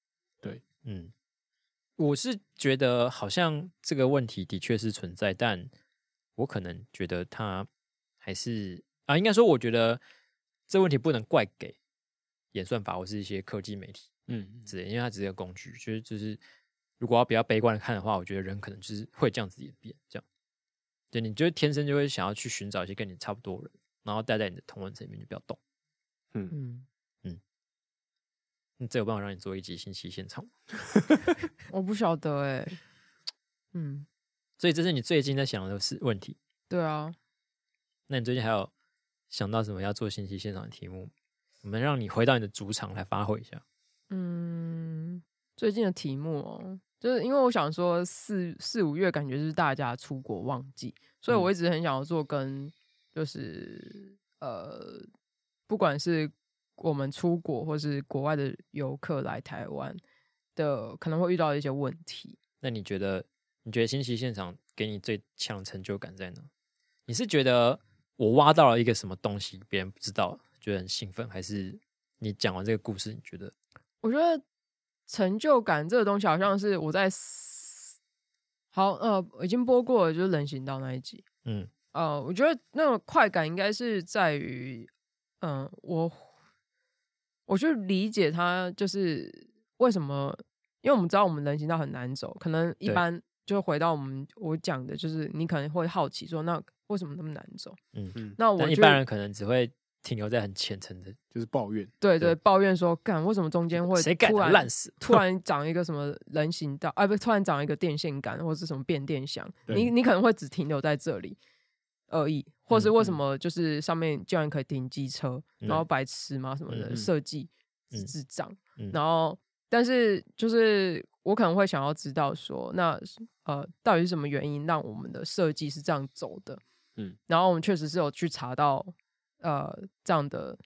Speaker 1: 嗯，我是觉得好像这个问题的确是存在，但我可能觉得它还是啊，应该说我觉得这问题不能怪给演算法或是一些科技媒体
Speaker 2: 嗯，
Speaker 1: 之类，因为它只是一个工具，就是就是如果要比较悲观的看的话，我觉得人可能就是会这样子演变，这样，对，你就是天生就会想要去寻找一些跟你差不多的人，然后待在你的同温层里面，就不要动。
Speaker 3: 嗯，
Speaker 1: 那这有办法让你做一集星期现场吗，
Speaker 3: 我不晓得哎、嗯，
Speaker 1: 所以这是你最近在想的是问题。
Speaker 3: 对啊，
Speaker 1: 那你最近还有想到什么要做信息现场的题目？我们让你回到你的主场来发挥一下。
Speaker 3: 嗯，最近的题目哦，就是因为我想说四四五月感觉是大家出国旺季，所以我一直很想要做跟就是呃，不管是我们出国或是国外的游客来台湾的，可能会遇到的一些问题。
Speaker 1: 那你觉得，你觉得信息现场给你最强的成就感在哪？你是觉得我挖到了一个什么东西，别人不知道，觉得很兴奋，还是你讲完这个故事，你觉得
Speaker 3: 我觉得成就感这个东西好像是我在四好呃已经播过了，就是人行道那一集。
Speaker 1: 嗯
Speaker 3: 呃，我觉得那种快感应该是在于，嗯、我我去理解它，就是为什么，因为我们知道我们人行道很难走，可能一
Speaker 1: 对
Speaker 3: 般就回到我们我讲的，就是你可能会好奇说，那为什么那么难走？
Speaker 1: 嗯？
Speaker 2: 嗯，
Speaker 3: 那我
Speaker 1: 但一
Speaker 3: 就
Speaker 1: 般人可能只会停留在很浅层的，
Speaker 2: 就是抱怨，
Speaker 3: 对
Speaker 1: 对
Speaker 3: 对抱怨说，干为什么中间会
Speaker 1: 谁敢
Speaker 3: 突然
Speaker 1: 烂死？
Speaker 3: 突然长一个什么人行道，啊不，突然长一个电线杆或是什么变电箱，
Speaker 2: 对
Speaker 3: 你你可能会只停留在这里而已，或是
Speaker 1: 嗯
Speaker 3: 为什么就是上面竟然可以停机车，
Speaker 1: 嗯
Speaker 3: 然后白痴嘛什么
Speaker 1: 嗯
Speaker 3: 的
Speaker 1: 嗯
Speaker 3: 设计
Speaker 1: 嗯
Speaker 3: 智障
Speaker 1: 嗯，
Speaker 3: 然后但是就是我可能会想要知道说，那呃到底是什么原因让我们的设计是这样走的？
Speaker 2: 嗯，
Speaker 3: 然后我们确实是有去查到呃这样的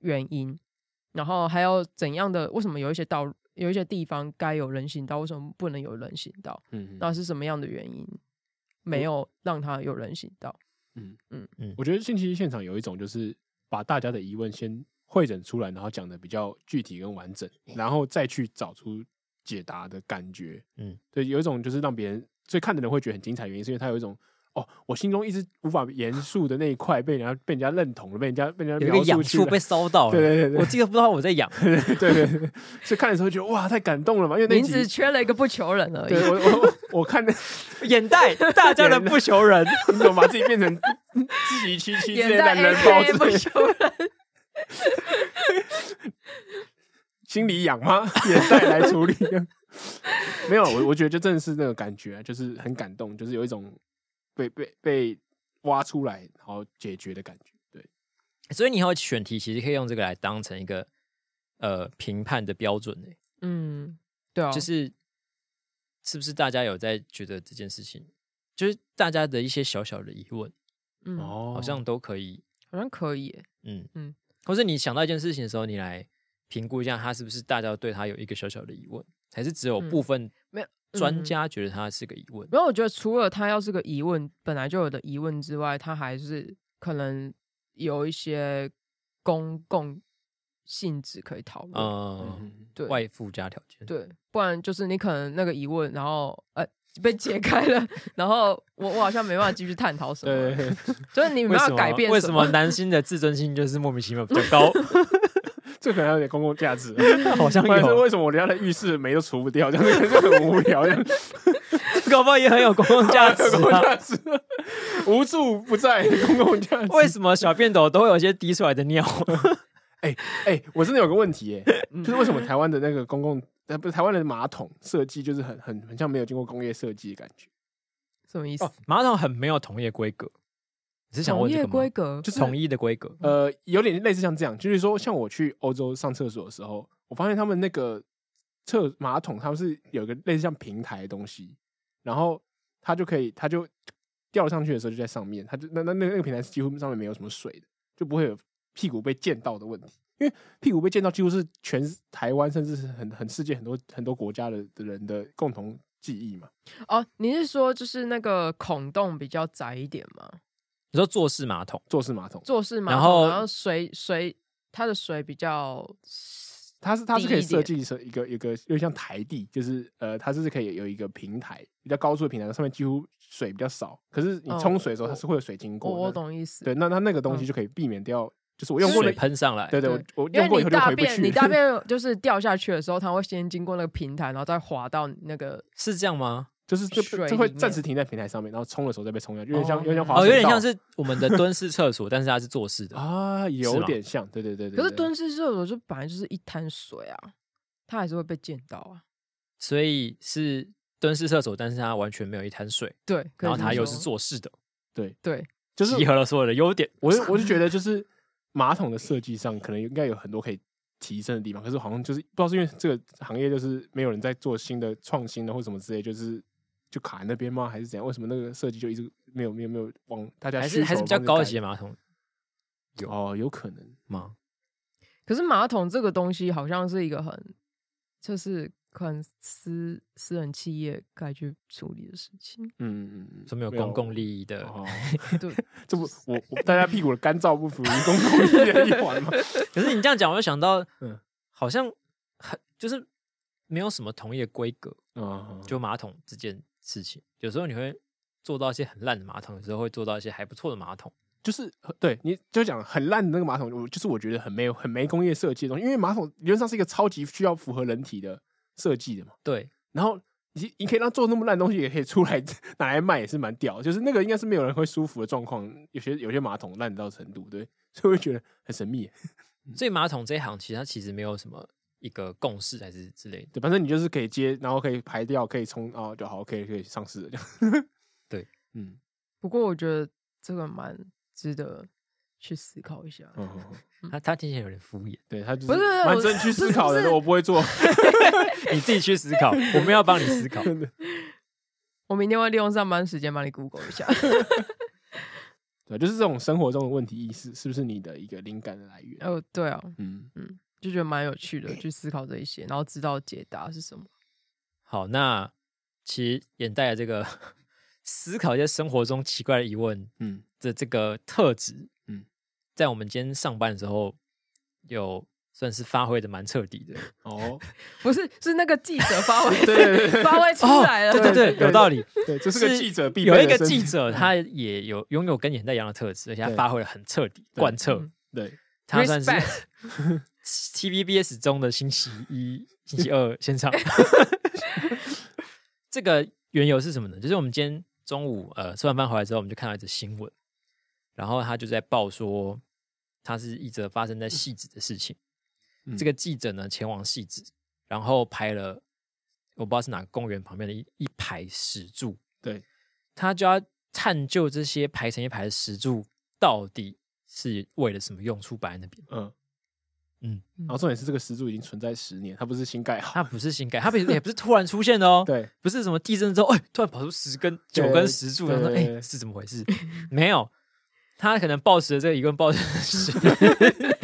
Speaker 3: 原因，然后还有怎样的？为什么有一些道有一些地方该有人行道，为什么不能有人行道？
Speaker 2: 嗯，
Speaker 3: 那是什么样的原因没有让它有人行道？
Speaker 2: 我觉得信息现场有一种就是把大家的疑问先会诊出来，然后讲的比较具体跟完整，然后再去找出解答的感觉。
Speaker 1: 嗯，
Speaker 2: 对，有一种就是让别人，所以看的人会觉得很精彩，原因是因为他有一种哦，我心中一直无法言述的那一块被人家被人家认同了，被人家被人家
Speaker 1: 有一个
Speaker 2: 描
Speaker 1: 痒
Speaker 2: 述出
Speaker 1: 处
Speaker 2: 来
Speaker 1: 被烧到了，
Speaker 2: 对对对对
Speaker 1: 我记得不知道我在痒，
Speaker 2: 对对对，所以看的时候觉得哇，太感动了嘛，因为那一
Speaker 3: 您
Speaker 2: 集
Speaker 3: 只缺了一个不求人而已
Speaker 2: 对。我我我看的，
Speaker 1: 眼袋，大家的不求人，
Speaker 2: 你怎么把自己变成自己七七之
Speaker 3: 眼
Speaker 2: 类
Speaker 3: 袋
Speaker 2: 的人包
Speaker 3: AKA
Speaker 2: 之
Speaker 3: 不
Speaker 2: 类的，
Speaker 3: 求人，
Speaker 2: 心里痒吗？ 眼袋来处理。没有，我我觉得就真的是那个感觉，啊就是很感动，就是有一种被被被挖出来然后解决的感觉。对，
Speaker 1: 所以你以后选题其实可以用这个来当成一个呃评判的标准、欸，
Speaker 3: 嗯，对啊，
Speaker 1: 就是是不是大家有在觉得这件事情，就是大家的一些小小的疑问，
Speaker 3: 嗯，好
Speaker 2: 哦
Speaker 1: 好像都可以，
Speaker 3: 像可以耶，
Speaker 1: 嗯嗯
Speaker 3: 嗯，
Speaker 1: 或是你想到一件事情的时候，你来评估一下，他是不是大家对他有一个小小的疑问，还是只有
Speaker 3: 嗯
Speaker 1: 部分
Speaker 3: 没有
Speaker 1: 专
Speaker 3: 嗯
Speaker 1: 家觉得他是个疑问？
Speaker 3: 没有，我觉得除了他要是个疑问，本来就有的疑问之外，他还是可能有一些公共性质可以讨论。
Speaker 1: 嗯，
Speaker 2: 嗯，
Speaker 3: 对
Speaker 1: 外附加条件，
Speaker 3: 对，不然就是你可能那个疑问，然后呃被解开了， 然后我我好像没办法继续探讨什么，
Speaker 2: 对，嗯对 对
Speaker 3: 就是你没
Speaker 1: 为
Speaker 3: 办
Speaker 1: 什
Speaker 3: 法
Speaker 1: 么
Speaker 3: 改变
Speaker 1: 为
Speaker 3: 什
Speaker 1: 什么男性的自尊心就是莫名其妙比较 高？
Speaker 2: 这可能还有点公共价值。啊
Speaker 1: 好像
Speaker 2: 不然是
Speaker 1: 有，
Speaker 2: 为什么我人家的浴室没都除不掉，这样子就很无聊，这样
Speaker 1: 搞不好也很有公共价值
Speaker 2: 有公共
Speaker 1: 啊。
Speaker 2: 价值无处不在，公共价值。
Speaker 1: 为什么小便斗都会有一些滴出来的 尿？
Speaker 2: 哎、我真的有个问题、哎，就是为什么台湾的那个公共，呃，不是台湾的马桶设计，就是很很很像没有经过工业设计的感觉，
Speaker 3: 什么意思
Speaker 1: 哦？，马桶很没有同业规格，你是想
Speaker 3: 同
Speaker 1: 问这
Speaker 3: 业
Speaker 1: 个
Speaker 3: 规
Speaker 1: 吗？
Speaker 3: 格
Speaker 1: 就是统一的规格，
Speaker 2: 呃，有点类似像这样，就是说，像我去欧洲上厕所的时候，我发现他们那个厕马桶，他们是有一个类似像平台的东西，然后它就可以，它就吊上去的时候就在上面，它就那那那个那个平台是几乎上面没有什么水的，就不会有屁股被溅到的问题，因为屁股被溅到几乎是全台湾甚至是很很世界很多很多国家的的人的共同记忆嘛。
Speaker 3: 哦，你是说就是那个孔洞比较窄一点吗？
Speaker 1: 你说坐式马桶，
Speaker 2: 坐式马桶，
Speaker 3: 做事嘛，
Speaker 1: 然
Speaker 3: 然
Speaker 1: 后
Speaker 3: 后水水它的水比较
Speaker 2: 它是它是可以
Speaker 3: 低一点
Speaker 2: 设计成一个一个，有点像台地，就是呃，它是可以有一个平台，比较高处的平台，上面几乎水比较少。可是你
Speaker 3: 嗯
Speaker 2: 冲水的时候，它
Speaker 3: 我
Speaker 2: 是会有水经
Speaker 3: 哦我
Speaker 2: 过的。
Speaker 3: 我懂意思，
Speaker 2: 对，那它那个东西
Speaker 3: 嗯
Speaker 2: 就可以避免掉，就是我用过的
Speaker 1: 水，喷上来，
Speaker 2: 对对，我
Speaker 3: 对
Speaker 2: 我
Speaker 3: 因
Speaker 2: 用过
Speaker 3: 为
Speaker 2: 以后
Speaker 3: 你
Speaker 2: 就
Speaker 3: 大
Speaker 2: 回不
Speaker 3: 便
Speaker 2: 去。
Speaker 3: 你大便就是掉下去的时候，它会先经过那个平台，然后再滑到那个
Speaker 1: 是这样吗？
Speaker 2: 就是这
Speaker 3: 水
Speaker 2: 这会
Speaker 3: 里面
Speaker 2: 暂时停在平台上面，然后冲的时候再被冲下去，有点像
Speaker 3: 哦
Speaker 2: 有点像滑
Speaker 1: 哦，有点像
Speaker 2: 水
Speaker 1: 是我们的蹲式厕所，但是它是坐式
Speaker 2: 道
Speaker 1: 的。
Speaker 3: 哦
Speaker 2: 啊，
Speaker 1: 是
Speaker 2: 有
Speaker 1: 吗
Speaker 2: 点像，对对对对。
Speaker 3: 可是
Speaker 2: 对
Speaker 3: 蹲式厕所就本来就是一滩水啊，它还是会被溅到啊。
Speaker 1: 所以是蹲式厕所，但是它完全没有一滩水，
Speaker 3: 对，可以
Speaker 1: 然后
Speaker 3: 这
Speaker 1: 它
Speaker 3: 么
Speaker 1: 又
Speaker 3: 说
Speaker 1: 是坐式的，
Speaker 3: 对，
Speaker 2: 就是
Speaker 1: 集合了所有的优点。
Speaker 2: 我就我就
Speaker 1: 啊
Speaker 2: 觉得就是马桶的设计上，可能应该有很多可以提升的地方，可是好像就是不知道是因为这个行业就是没有人在做新的创新的或什么之类，就是就卡在那边吗？还是怎样？为什么那个设计就一直没有没有没有往大家
Speaker 1: 还
Speaker 2: 需
Speaker 1: 是
Speaker 2: 求
Speaker 1: 还是比较
Speaker 2: 的
Speaker 1: 高
Speaker 2: 方
Speaker 1: 级
Speaker 2: 向
Speaker 1: 的马桶
Speaker 2: 改哦，有可能，
Speaker 1: 吗？
Speaker 3: 可是马桶这个东西好像是一个很就是很私私人企业该去处理的事情
Speaker 2: 嗯嗯嗯，
Speaker 1: 说没有公共
Speaker 2: 益
Speaker 1: 利益的，
Speaker 2: 哦，
Speaker 3: 对，
Speaker 2: 这 不我我大家屁股的干燥不属于公共利益的一环 吗？
Speaker 1: 可是你这样讲，我就想到，
Speaker 2: 嗯
Speaker 1: 好像很就是没有什么同业规格，
Speaker 2: 啊，
Speaker 1: 就马桶这件事情，有时候你会做到一些很烂的马桶，有时候会做到一些还不错的马桶。
Speaker 2: 就是呃对，你就讲很烂的那个马桶，我就是我觉得很没有很没工业设计的东西，因为马桶理论上是一个超级需要符合人体的设计的嘛。
Speaker 1: 对，
Speaker 2: 然后你你可以让做那么烂的东西，也可以出来 拿来卖，也是蛮屌。就是那个应该是没有人会舒服的状况，有些有些马桶烂到程度，对，所以我觉得很神秘。
Speaker 1: 所以马桶这一行其实它其实没有什么一个共识还是之类的。
Speaker 2: 对，反正你就是可以接，然后可以排掉，可以冲，哦，就好，可以可以上市了。这样
Speaker 1: 对，
Speaker 2: 嗯
Speaker 3: 不过我觉得这个蛮值得去思考一下。
Speaker 2: 嗯，嗯嗯
Speaker 1: 它它听起来有点敷衍，
Speaker 2: 对他就是
Speaker 3: 不是不是
Speaker 2: 蛮
Speaker 3: 我
Speaker 2: 真去思考的，
Speaker 3: 不是
Speaker 2: 我不会做。
Speaker 1: 你自己去思考，我们要帮你思考。
Speaker 3: 我明天会利用上班时间帮你 Google 一下。
Speaker 2: 对，就是这种生活中的问题意识，是不是你的一个灵感的来源？
Speaker 3: 哦，对啊，
Speaker 2: 嗯，
Speaker 3: 就觉得蛮有趣的，去思考这一些，然后知道解答是什么。
Speaker 1: 好，那其实眼袋的这个 思考一些生活中奇怪的疑问
Speaker 2: 嗯，
Speaker 1: 的这个特质，嗯
Speaker 2: 嗯，
Speaker 1: 在我们今天上班的时候有算是发挥的蛮彻底的。
Speaker 2: 哦，
Speaker 3: 不是是那个记者发挥
Speaker 2: 对对对
Speaker 3: 发挥出来了，
Speaker 1: 哦对对对， 有道理。
Speaker 2: 对，这是个记者必备
Speaker 1: 有
Speaker 2: 的
Speaker 1: 一个
Speaker 2: 身
Speaker 1: 记
Speaker 2: 份
Speaker 1: 者，他也有拥有跟你很大一样的特质，而且他
Speaker 2: 对
Speaker 1: 发挥的很彻底，
Speaker 2: 对
Speaker 1: 贯彻
Speaker 3: 嗯。
Speaker 2: 对，
Speaker 1: 他算是
Speaker 3: Respect
Speaker 1: TVBS 中的星期一、星期二现场。这个缘由是什么呢？就是我们今天中午呃吃完饭回来之后，我们就看到一则新闻，然后他就在报说，它是一则发生在戏子的事情。
Speaker 2: 嗯
Speaker 1: 这个记者呢前往戏子，然后拍了我不知道是哪个公园旁边的一一排石柱，
Speaker 2: 对，
Speaker 1: 他就要探究这些排成一排的石柱到底是为了什么用处摆在那边。
Speaker 2: 嗯，
Speaker 1: 嗯，
Speaker 2: 然后重点是这个石柱已经存在十年，它不是新 盖好，
Speaker 1: 它不是新盖，它不是也不是突然出现的哦，
Speaker 2: 对，
Speaker 1: 不是什么地震之后，哎，突然跑出十根、九根、十柱，
Speaker 2: 对
Speaker 1: 然后说，
Speaker 2: 对对
Speaker 1: 哎，是怎么回事？没有，他可能抱持了这个疑问，抱持了十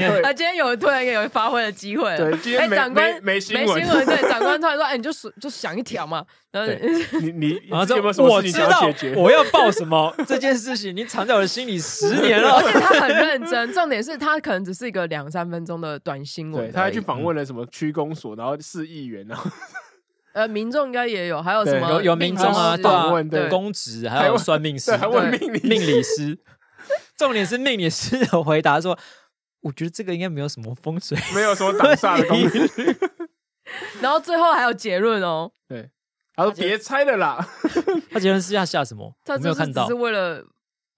Speaker 3: 啊，今天有突然有发挥的机会了。
Speaker 2: 对今天
Speaker 3: 哎
Speaker 2: 没
Speaker 3: 长官
Speaker 2: 没没新闻
Speaker 3: 对，长官突然说，哎，你就数就想一条嘛，然后
Speaker 2: 你你你
Speaker 1: 然后
Speaker 2: 有没有什
Speaker 1: 说，
Speaker 2: 么
Speaker 1: 我
Speaker 2: 事
Speaker 1: 知
Speaker 2: 情想要
Speaker 1: 道
Speaker 2: 解决？
Speaker 1: 我要报什么这件事情，已经藏在我的心里十年
Speaker 3: 而
Speaker 1: 了。
Speaker 3: 且他很认真，重点是他可能只是一个两三分钟的短新闻而啊
Speaker 2: 对，
Speaker 3: 已。
Speaker 2: 他还去访问了什么区公所，然后市议员，然后
Speaker 3: 呃，民众应该也有，还有
Speaker 2: 对
Speaker 3: 什么
Speaker 1: 有有民众啊，
Speaker 2: 律师
Speaker 1: 对
Speaker 2: 访
Speaker 1: 啊
Speaker 2: 问对，
Speaker 1: 公职还有算命师
Speaker 2: 对，还问
Speaker 3: 对
Speaker 2: 命理
Speaker 1: 命理师，重点是命理师有回答说，我觉得这个应该没有什么风水。
Speaker 2: 没有什么挡煞的东西。
Speaker 3: 然后最后还有结论哦，
Speaker 2: 对，他说别猜了啦，
Speaker 1: 他结论是要下什么？
Speaker 3: 他
Speaker 1: 我没
Speaker 3: 就
Speaker 1: 有
Speaker 3: 是
Speaker 1: 看
Speaker 3: 只
Speaker 1: 到
Speaker 3: 是为了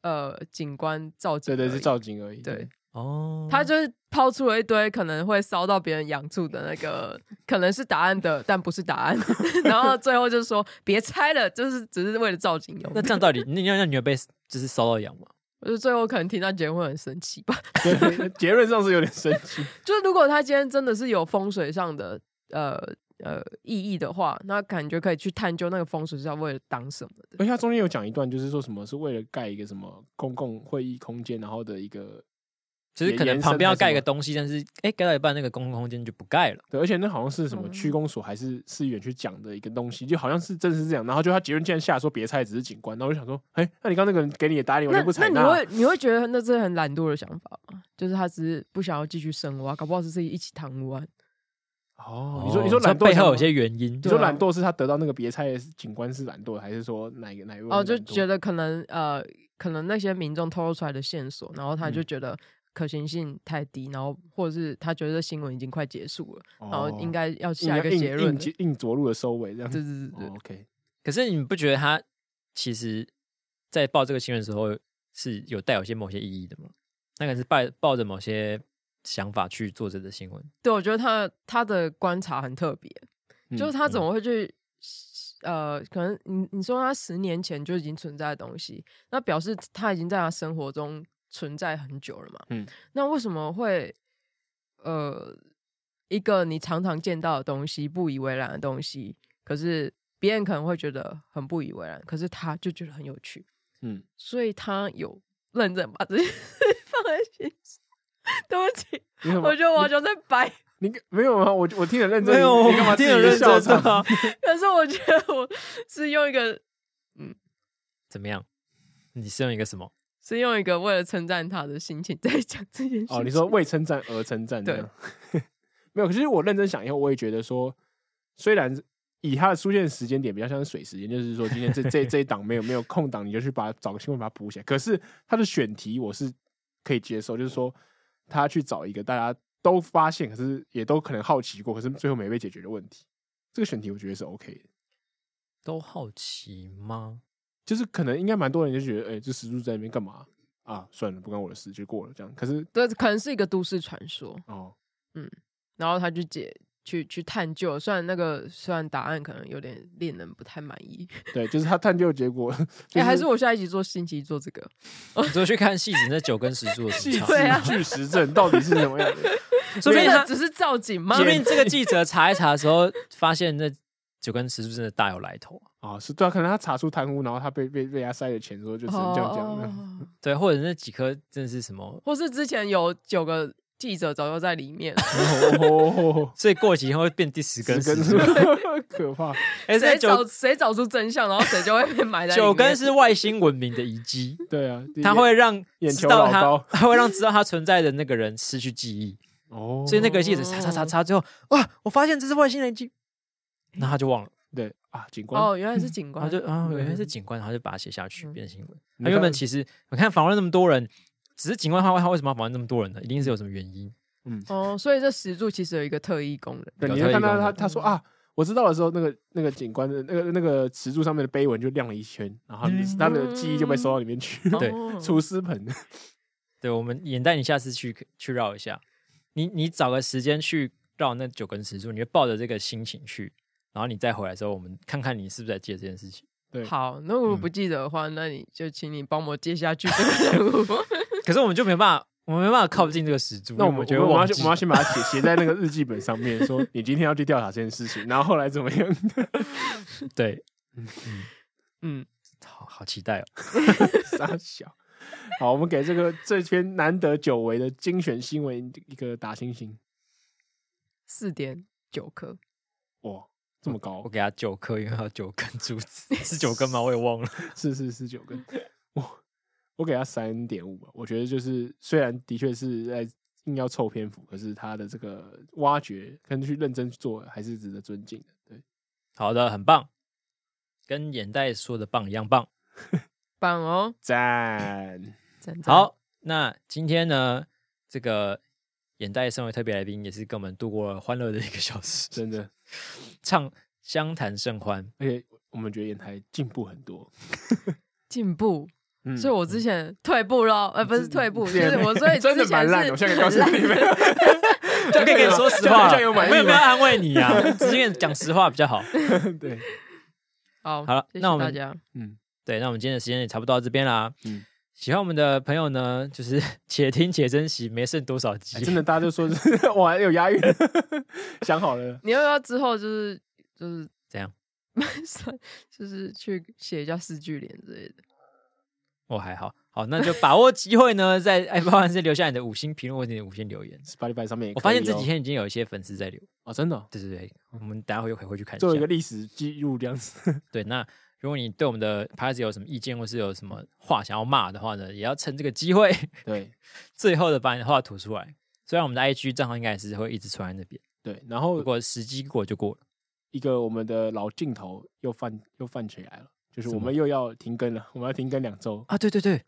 Speaker 3: 呃景观造景
Speaker 2: 对
Speaker 3: 而已，
Speaker 2: 对，是造景而已。
Speaker 3: 对，
Speaker 1: 哦。
Speaker 3: 他就是抛出了一堆可能会烧到别人痒处的那个，可能是答案的，但不是答案。 然后最后就说别猜了，就是只是为了造景 用
Speaker 1: 那。这样到底那那那你会被就是骚到痒吗？
Speaker 3: 我就最后可能听到结论会很生气吧。
Speaker 2: 对结论上是有点生气。
Speaker 3: 就是如果他今天真的是有风水上的呃呃意义的话，那感觉可以去探究那个风水是要为了当什么的。
Speaker 2: 而且他中间有讲一段，就是说什么是为了盖一个什么公共会议空间，然后的一个，
Speaker 1: 就是可能
Speaker 2: 延伸
Speaker 1: 旁边要
Speaker 2: 还是
Speaker 1: 盖一个
Speaker 2: 什么
Speaker 1: 东西，但是哎，盖到一半那个公共空间就不盖了。
Speaker 2: 对，而且那好像是什么
Speaker 3: 哦
Speaker 2: 区公所还是市议员去讲的一个东西，就好像是真的是这样。然后就他结论竟然下说别猜只是景观，然后我就想说，哎，那你刚刚那个人给你的答案，你完
Speaker 3: 那
Speaker 2: 全不采
Speaker 3: 那
Speaker 2: 纳
Speaker 3: 你。会你会觉得那是很懒惰的想法吗？就是他只是不想要继续生活啊，搞不好只是一起贪污啊。
Speaker 2: 哦，你说你说懒惰
Speaker 1: 背后
Speaker 2: 想
Speaker 1: 有些原因，
Speaker 2: 你
Speaker 1: 就
Speaker 2: 说
Speaker 3: 对啊
Speaker 2: 懒惰是他得到那个别菜的景观是懒惰，还是说哪一个哪一位？
Speaker 3: 哦，就觉
Speaker 2: 得
Speaker 3: 得可能呃，可能那些民众透露出来的线索，然后他就
Speaker 2: 嗯
Speaker 3: 觉得可行性太低，然后或者是他觉得新闻已经快结束了，然后哦应该要下一个结论
Speaker 2: 哦硬
Speaker 3: 了。
Speaker 2: 硬硬着陆的收尾这样
Speaker 3: 对
Speaker 2: 子。
Speaker 3: 对对对
Speaker 2: 哦 OK，
Speaker 1: 可是你不觉得他其实，在报这个新闻的时候是有带有些某些意义的吗？那个是抱抱着某些想法去做这个新 闻，
Speaker 3: 对，我觉得他他的观察很特别，
Speaker 2: 嗯
Speaker 3: 就是他怎么会去、呃，可能你你说他十年前就已经存在的东西，那表示他已经在他生活中存在很久了嘛。
Speaker 2: 嗯，
Speaker 3: 那为什么会呃一个你常常见到的东西，不以为然的东西，可是别人可能会觉得很不以为然，可是他就觉得很有趣，
Speaker 2: 嗯，
Speaker 3: 所以他有认真把这些 放在心上。 对不起，
Speaker 2: 你怎么
Speaker 3: 我觉得我好像在白
Speaker 2: 你没有啊？我我听得认真，
Speaker 1: 没有
Speaker 2: 你你干嘛
Speaker 1: 我听得认真
Speaker 2: 笑场
Speaker 1: 啊？
Speaker 3: 可是我觉得我是用一个
Speaker 1: 怎么样？你是用一个什么？
Speaker 3: 是用一个为了称赞他的心情在讲这件 事情。
Speaker 2: 哦，你说为称赞而称赞，
Speaker 3: 对
Speaker 2: 这样， 没有。可是我认真想以后，我也觉得说，虽然以它的出现时间点比较像是水时间，就是说今天 这这这一档没有没有空档，你就去把它找个新闻把它补起来。可是它的选题我是可以接受，就是说他去找一个大家都发现，可是也都可能好奇过，可是最后没被解决的问题，这个选题我觉得是 OK 的。
Speaker 1: 都好奇吗？
Speaker 2: 就是可能应该蛮多人就觉得，哎、这石柱在那边干嘛啊？算了，不关我的事，就过了这样。可是
Speaker 3: 这可能是一个都市传说，
Speaker 2: 哦，
Speaker 3: 然后他去解去去探究，虽然那个虽然答案可能有点令人不太满意，
Speaker 2: 对，就是他探究结果， 就
Speaker 3: 哎、还是我下一集做星期一做这个，
Speaker 1: 你就去看戏子那九跟十柱的
Speaker 2: 细
Speaker 1: 时
Speaker 2: 致
Speaker 1: 长，
Speaker 3: 对啊
Speaker 2: 巨石阵到底是什么样的？
Speaker 1: 说不定
Speaker 3: 真
Speaker 1: 他
Speaker 3: 的只是造景吗
Speaker 1: 说？不定这个记者查一查的时候，发现那九跟十柱真的大有来头啊。
Speaker 2: 啊，是对啊，可能他查出贪污，然后他被被被他塞了钱，说就只能这样讲。
Speaker 3: 哦，
Speaker 1: 对，或者那几颗真的是什么？
Speaker 3: 或是之前有九个记者早就在里面，
Speaker 2: 哦，
Speaker 1: 所以过几天会变第十根
Speaker 2: 跟
Speaker 1: 石
Speaker 2: 是
Speaker 1: 柱。
Speaker 2: 可怕，
Speaker 1: 哎，
Speaker 3: 谁
Speaker 1: 这
Speaker 3: 找
Speaker 1: 九
Speaker 3: 谁找出真相，然后谁就会被埋在里面哦
Speaker 1: 九根是外星文明的遗 迹，
Speaker 2: 对啊，
Speaker 1: 它会让
Speaker 2: 眼
Speaker 1: 知
Speaker 2: 球
Speaker 1: 道
Speaker 2: 老
Speaker 1: 它，
Speaker 2: 高
Speaker 1: 它会让知道它存在的那个人失去记忆。
Speaker 2: 哦，
Speaker 1: 所以那个记者查查查查之后，哇，我发现这是外星人机，那他就忘了，
Speaker 2: 对啊，警官，
Speaker 3: 哦，原来是警官，
Speaker 1: 他就啊，原来是
Speaker 3: 嗯
Speaker 1: 警官，然后就把它写下去
Speaker 3: 嗯
Speaker 1: 变新闻。
Speaker 2: 你
Speaker 1: 他原
Speaker 2: 看
Speaker 1: 本其实你看访问那么多人，只是警官他他为什么要访问那么多人呢？一定是有什么原因。
Speaker 3: 哦，所以这石柱其实有一个特异功能，
Speaker 2: 对，
Speaker 1: 有
Speaker 2: 你
Speaker 1: 特
Speaker 2: 就
Speaker 1: 异
Speaker 2: 看到
Speaker 1: 功
Speaker 2: 他
Speaker 1: 能
Speaker 2: 他说
Speaker 3: 嗯
Speaker 2: 啊，我知道的时候，那个那个警官的那个那个石柱上面的碑文就亮了一圈，然后他的
Speaker 1: 嗯
Speaker 2: 他的记忆就被收到里面去，
Speaker 1: 对
Speaker 3: 哦
Speaker 2: 厨师盆，
Speaker 1: 对，我们眼带你下次去去绕一下，你你找个时间去绕那九根石柱，你就抱着这个心情去，然后你再回来之后，我们看看你是不是在记得这件事情。
Speaker 2: 对，嗯
Speaker 3: 好，那如果不记得的话，那你就请你帮我接下去这个任务。
Speaker 1: 可是我们就没办法，我们没办法靠近这个石柱，
Speaker 2: 嗯那我
Speaker 1: 因为
Speaker 2: 们
Speaker 1: 觉得
Speaker 2: 觉得我们要
Speaker 1: 忘
Speaker 2: 先
Speaker 1: 记
Speaker 2: 我们要先把它写写在那个日记本上面，说你今天要去调查这件事情，然后后来怎么样？
Speaker 1: 对，
Speaker 2: 嗯
Speaker 3: 嗯，
Speaker 1: 好好期待哦。
Speaker 2: 傻小。好，我们给这个这篇难得久违的精选新闻一个打星星，
Speaker 3: 四点九颗，
Speaker 2: 哇，这么高
Speaker 1: 我，给他九颗，因为他有九根柱子，是九根吗？我也忘了。
Speaker 2: 是是是九根，我我给他三点五吧。我觉得就是虽然的确是在硬要凑篇幅，可是他的这个挖掘跟去认真去做，还是值得尊敬的。对，
Speaker 1: 好的，很棒，跟眼袋说的棒一样棒。
Speaker 3: 棒哦！
Speaker 2: 赞，
Speaker 3: 赞赞
Speaker 1: 好，那今天呢，这个眼袋身为特别来宾，也是跟我们度过了欢乐的一个小时，
Speaker 2: 真的，
Speaker 1: 畅相谈甚欢。
Speaker 2: 而且我们觉得演台进步很多。
Speaker 3: 进步，
Speaker 2: 嗯
Speaker 3: 所以我之前退步咯，呃，不是 退步，就
Speaker 2: 之前
Speaker 3: 是我所以
Speaker 2: 真的
Speaker 3: 之前
Speaker 2: 蛮
Speaker 3: 是
Speaker 2: 烂的，我现在可以告诉你们，
Speaker 1: 就可以跟你说实话
Speaker 2: 这样有满
Speaker 1: 了，
Speaker 2: 意
Speaker 1: 没有没有
Speaker 2: 吗
Speaker 1: 安慰你啊，只是跟你讲实话比较好。
Speaker 2: 对，
Speaker 3: 好，
Speaker 1: 好了
Speaker 3: 谢谢
Speaker 1: 那我们
Speaker 3: 大家
Speaker 2: 嗯，
Speaker 1: 对，那我们今天的时间也差不多到这边啦。
Speaker 2: 嗯
Speaker 1: 喜欢我们的朋友呢，就是且听且珍惜，没剩多少集。
Speaker 2: 哎真的，大家就说是 哇，有押韵，想好了，
Speaker 3: 你要不要之后就是就是
Speaker 1: 怎样？
Speaker 3: 算就是去写一下四句联之类的。
Speaker 1: 我、还好。好，那就把握机会呢，在 Apple 上是留下你的五星评论或者你的五星留言。
Speaker 2: Spotify 上面也
Speaker 1: 我发现
Speaker 2: 可以
Speaker 1: 这
Speaker 2: 哦
Speaker 1: 几天已经有一些粉丝在留，
Speaker 2: 哦，真的哦
Speaker 1: 对对对，我们等一下会回去看一
Speaker 2: 做一个
Speaker 1: 下。
Speaker 2: 历史记录这样子。
Speaker 1: 对，那如果你对我们的 p a s 有什么意见，或是有什么话想要骂的话呢，也要趁这个机会，
Speaker 2: 对
Speaker 1: 最后的把你的话吐出来。虽然我们的 IG 账号应该也是会一直存在那边，
Speaker 2: 对，然后
Speaker 1: 不过时机过就过了。
Speaker 2: 一个我们的老镜头又犯又犯起来了，就是
Speaker 1: 什么
Speaker 2: 我们又要停更了，我们要停更两周，
Speaker 1: 啊，对对对，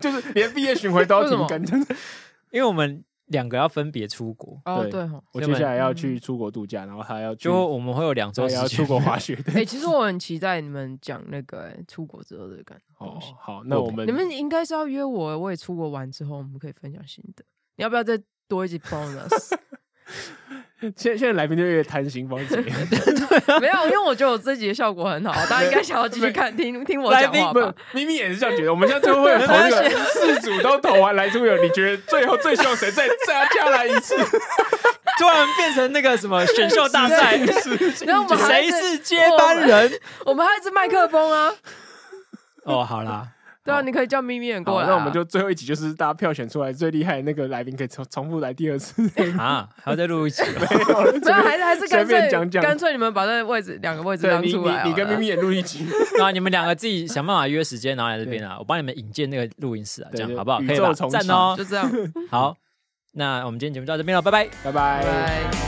Speaker 2: 就是连毕业巡回都要
Speaker 3: 为什么
Speaker 2: 停更。 真的，
Speaker 1: 因为我们两个要分别出国，
Speaker 3: 哦，
Speaker 2: 对
Speaker 3: 对吼，
Speaker 2: 我
Speaker 1: 所以
Speaker 2: 接下来要
Speaker 3: 嗯
Speaker 2: 去出国度假，然后他要去
Speaker 1: 就，我们会有两
Speaker 2: 他
Speaker 1: 周
Speaker 2: 也
Speaker 1: 时
Speaker 2: 要嗯哎出
Speaker 1: 间。
Speaker 2: 国滑雪。对，
Speaker 3: 哎，其实我很期待你们讲那个哎出国之后的感
Speaker 2: 哦
Speaker 3: 东西。，
Speaker 2: 好，那我们
Speaker 3: 你们应该是要约我，我也出国玩之后，我们可以分享心得。你要不要再多一集 bonus？
Speaker 2: 现现在来宾就越贪心，帮 姐
Speaker 3: 没有，因为我觉得我自己的效果很好，大家应该想要继续看听听我
Speaker 2: 来
Speaker 3: 讲
Speaker 2: 宾
Speaker 3: 话
Speaker 2: 不
Speaker 3: 吧。
Speaker 2: 明明也是这样觉得。我们现在最后会有投那
Speaker 1: 没
Speaker 2: 个四组都投完来出有，你觉得最后最希望谁再再要加来一次？
Speaker 1: 突然变成那个什么选秀大赛，
Speaker 2: 啊
Speaker 3: 然后我们还
Speaker 1: 谁
Speaker 3: 是
Speaker 1: 是接班人？
Speaker 3: 我们还有一支麦克风啊，
Speaker 1: 哦，好啦，
Speaker 3: 对啊，你可以叫咪咪眼 过
Speaker 2: 好，
Speaker 3: 来啊。
Speaker 2: 那我们就最后一集就是大家票选出来最厉害的那个来宾，可以重重复来第二次。
Speaker 1: 啊，还要再录一集哦。
Speaker 3: 所以还是还是
Speaker 2: 随
Speaker 3: 干
Speaker 2: 便
Speaker 3: 脆
Speaker 2: 讲讲
Speaker 3: 干脆你们把那位置两个位 置
Speaker 2: 对
Speaker 3: 让
Speaker 2: 你
Speaker 3: 出来好
Speaker 2: 你
Speaker 3: 了
Speaker 2: 你跟咪咪也录一集，
Speaker 1: 然后你们两个自己想办法约时间，然后来这边啊，我帮你们引荐那个录音室啊，
Speaker 2: 对
Speaker 1: 这样
Speaker 2: 对
Speaker 1: 好不好？
Speaker 2: 宇
Speaker 1: 可以
Speaker 2: 宙
Speaker 1: 吧？
Speaker 2: 重
Speaker 1: 赞
Speaker 2: 启
Speaker 1: 哦
Speaker 3: 就！这样，
Speaker 1: 好，那我们今天节目到这边了，拜拜。
Speaker 2: 拜拜
Speaker 3: 拜。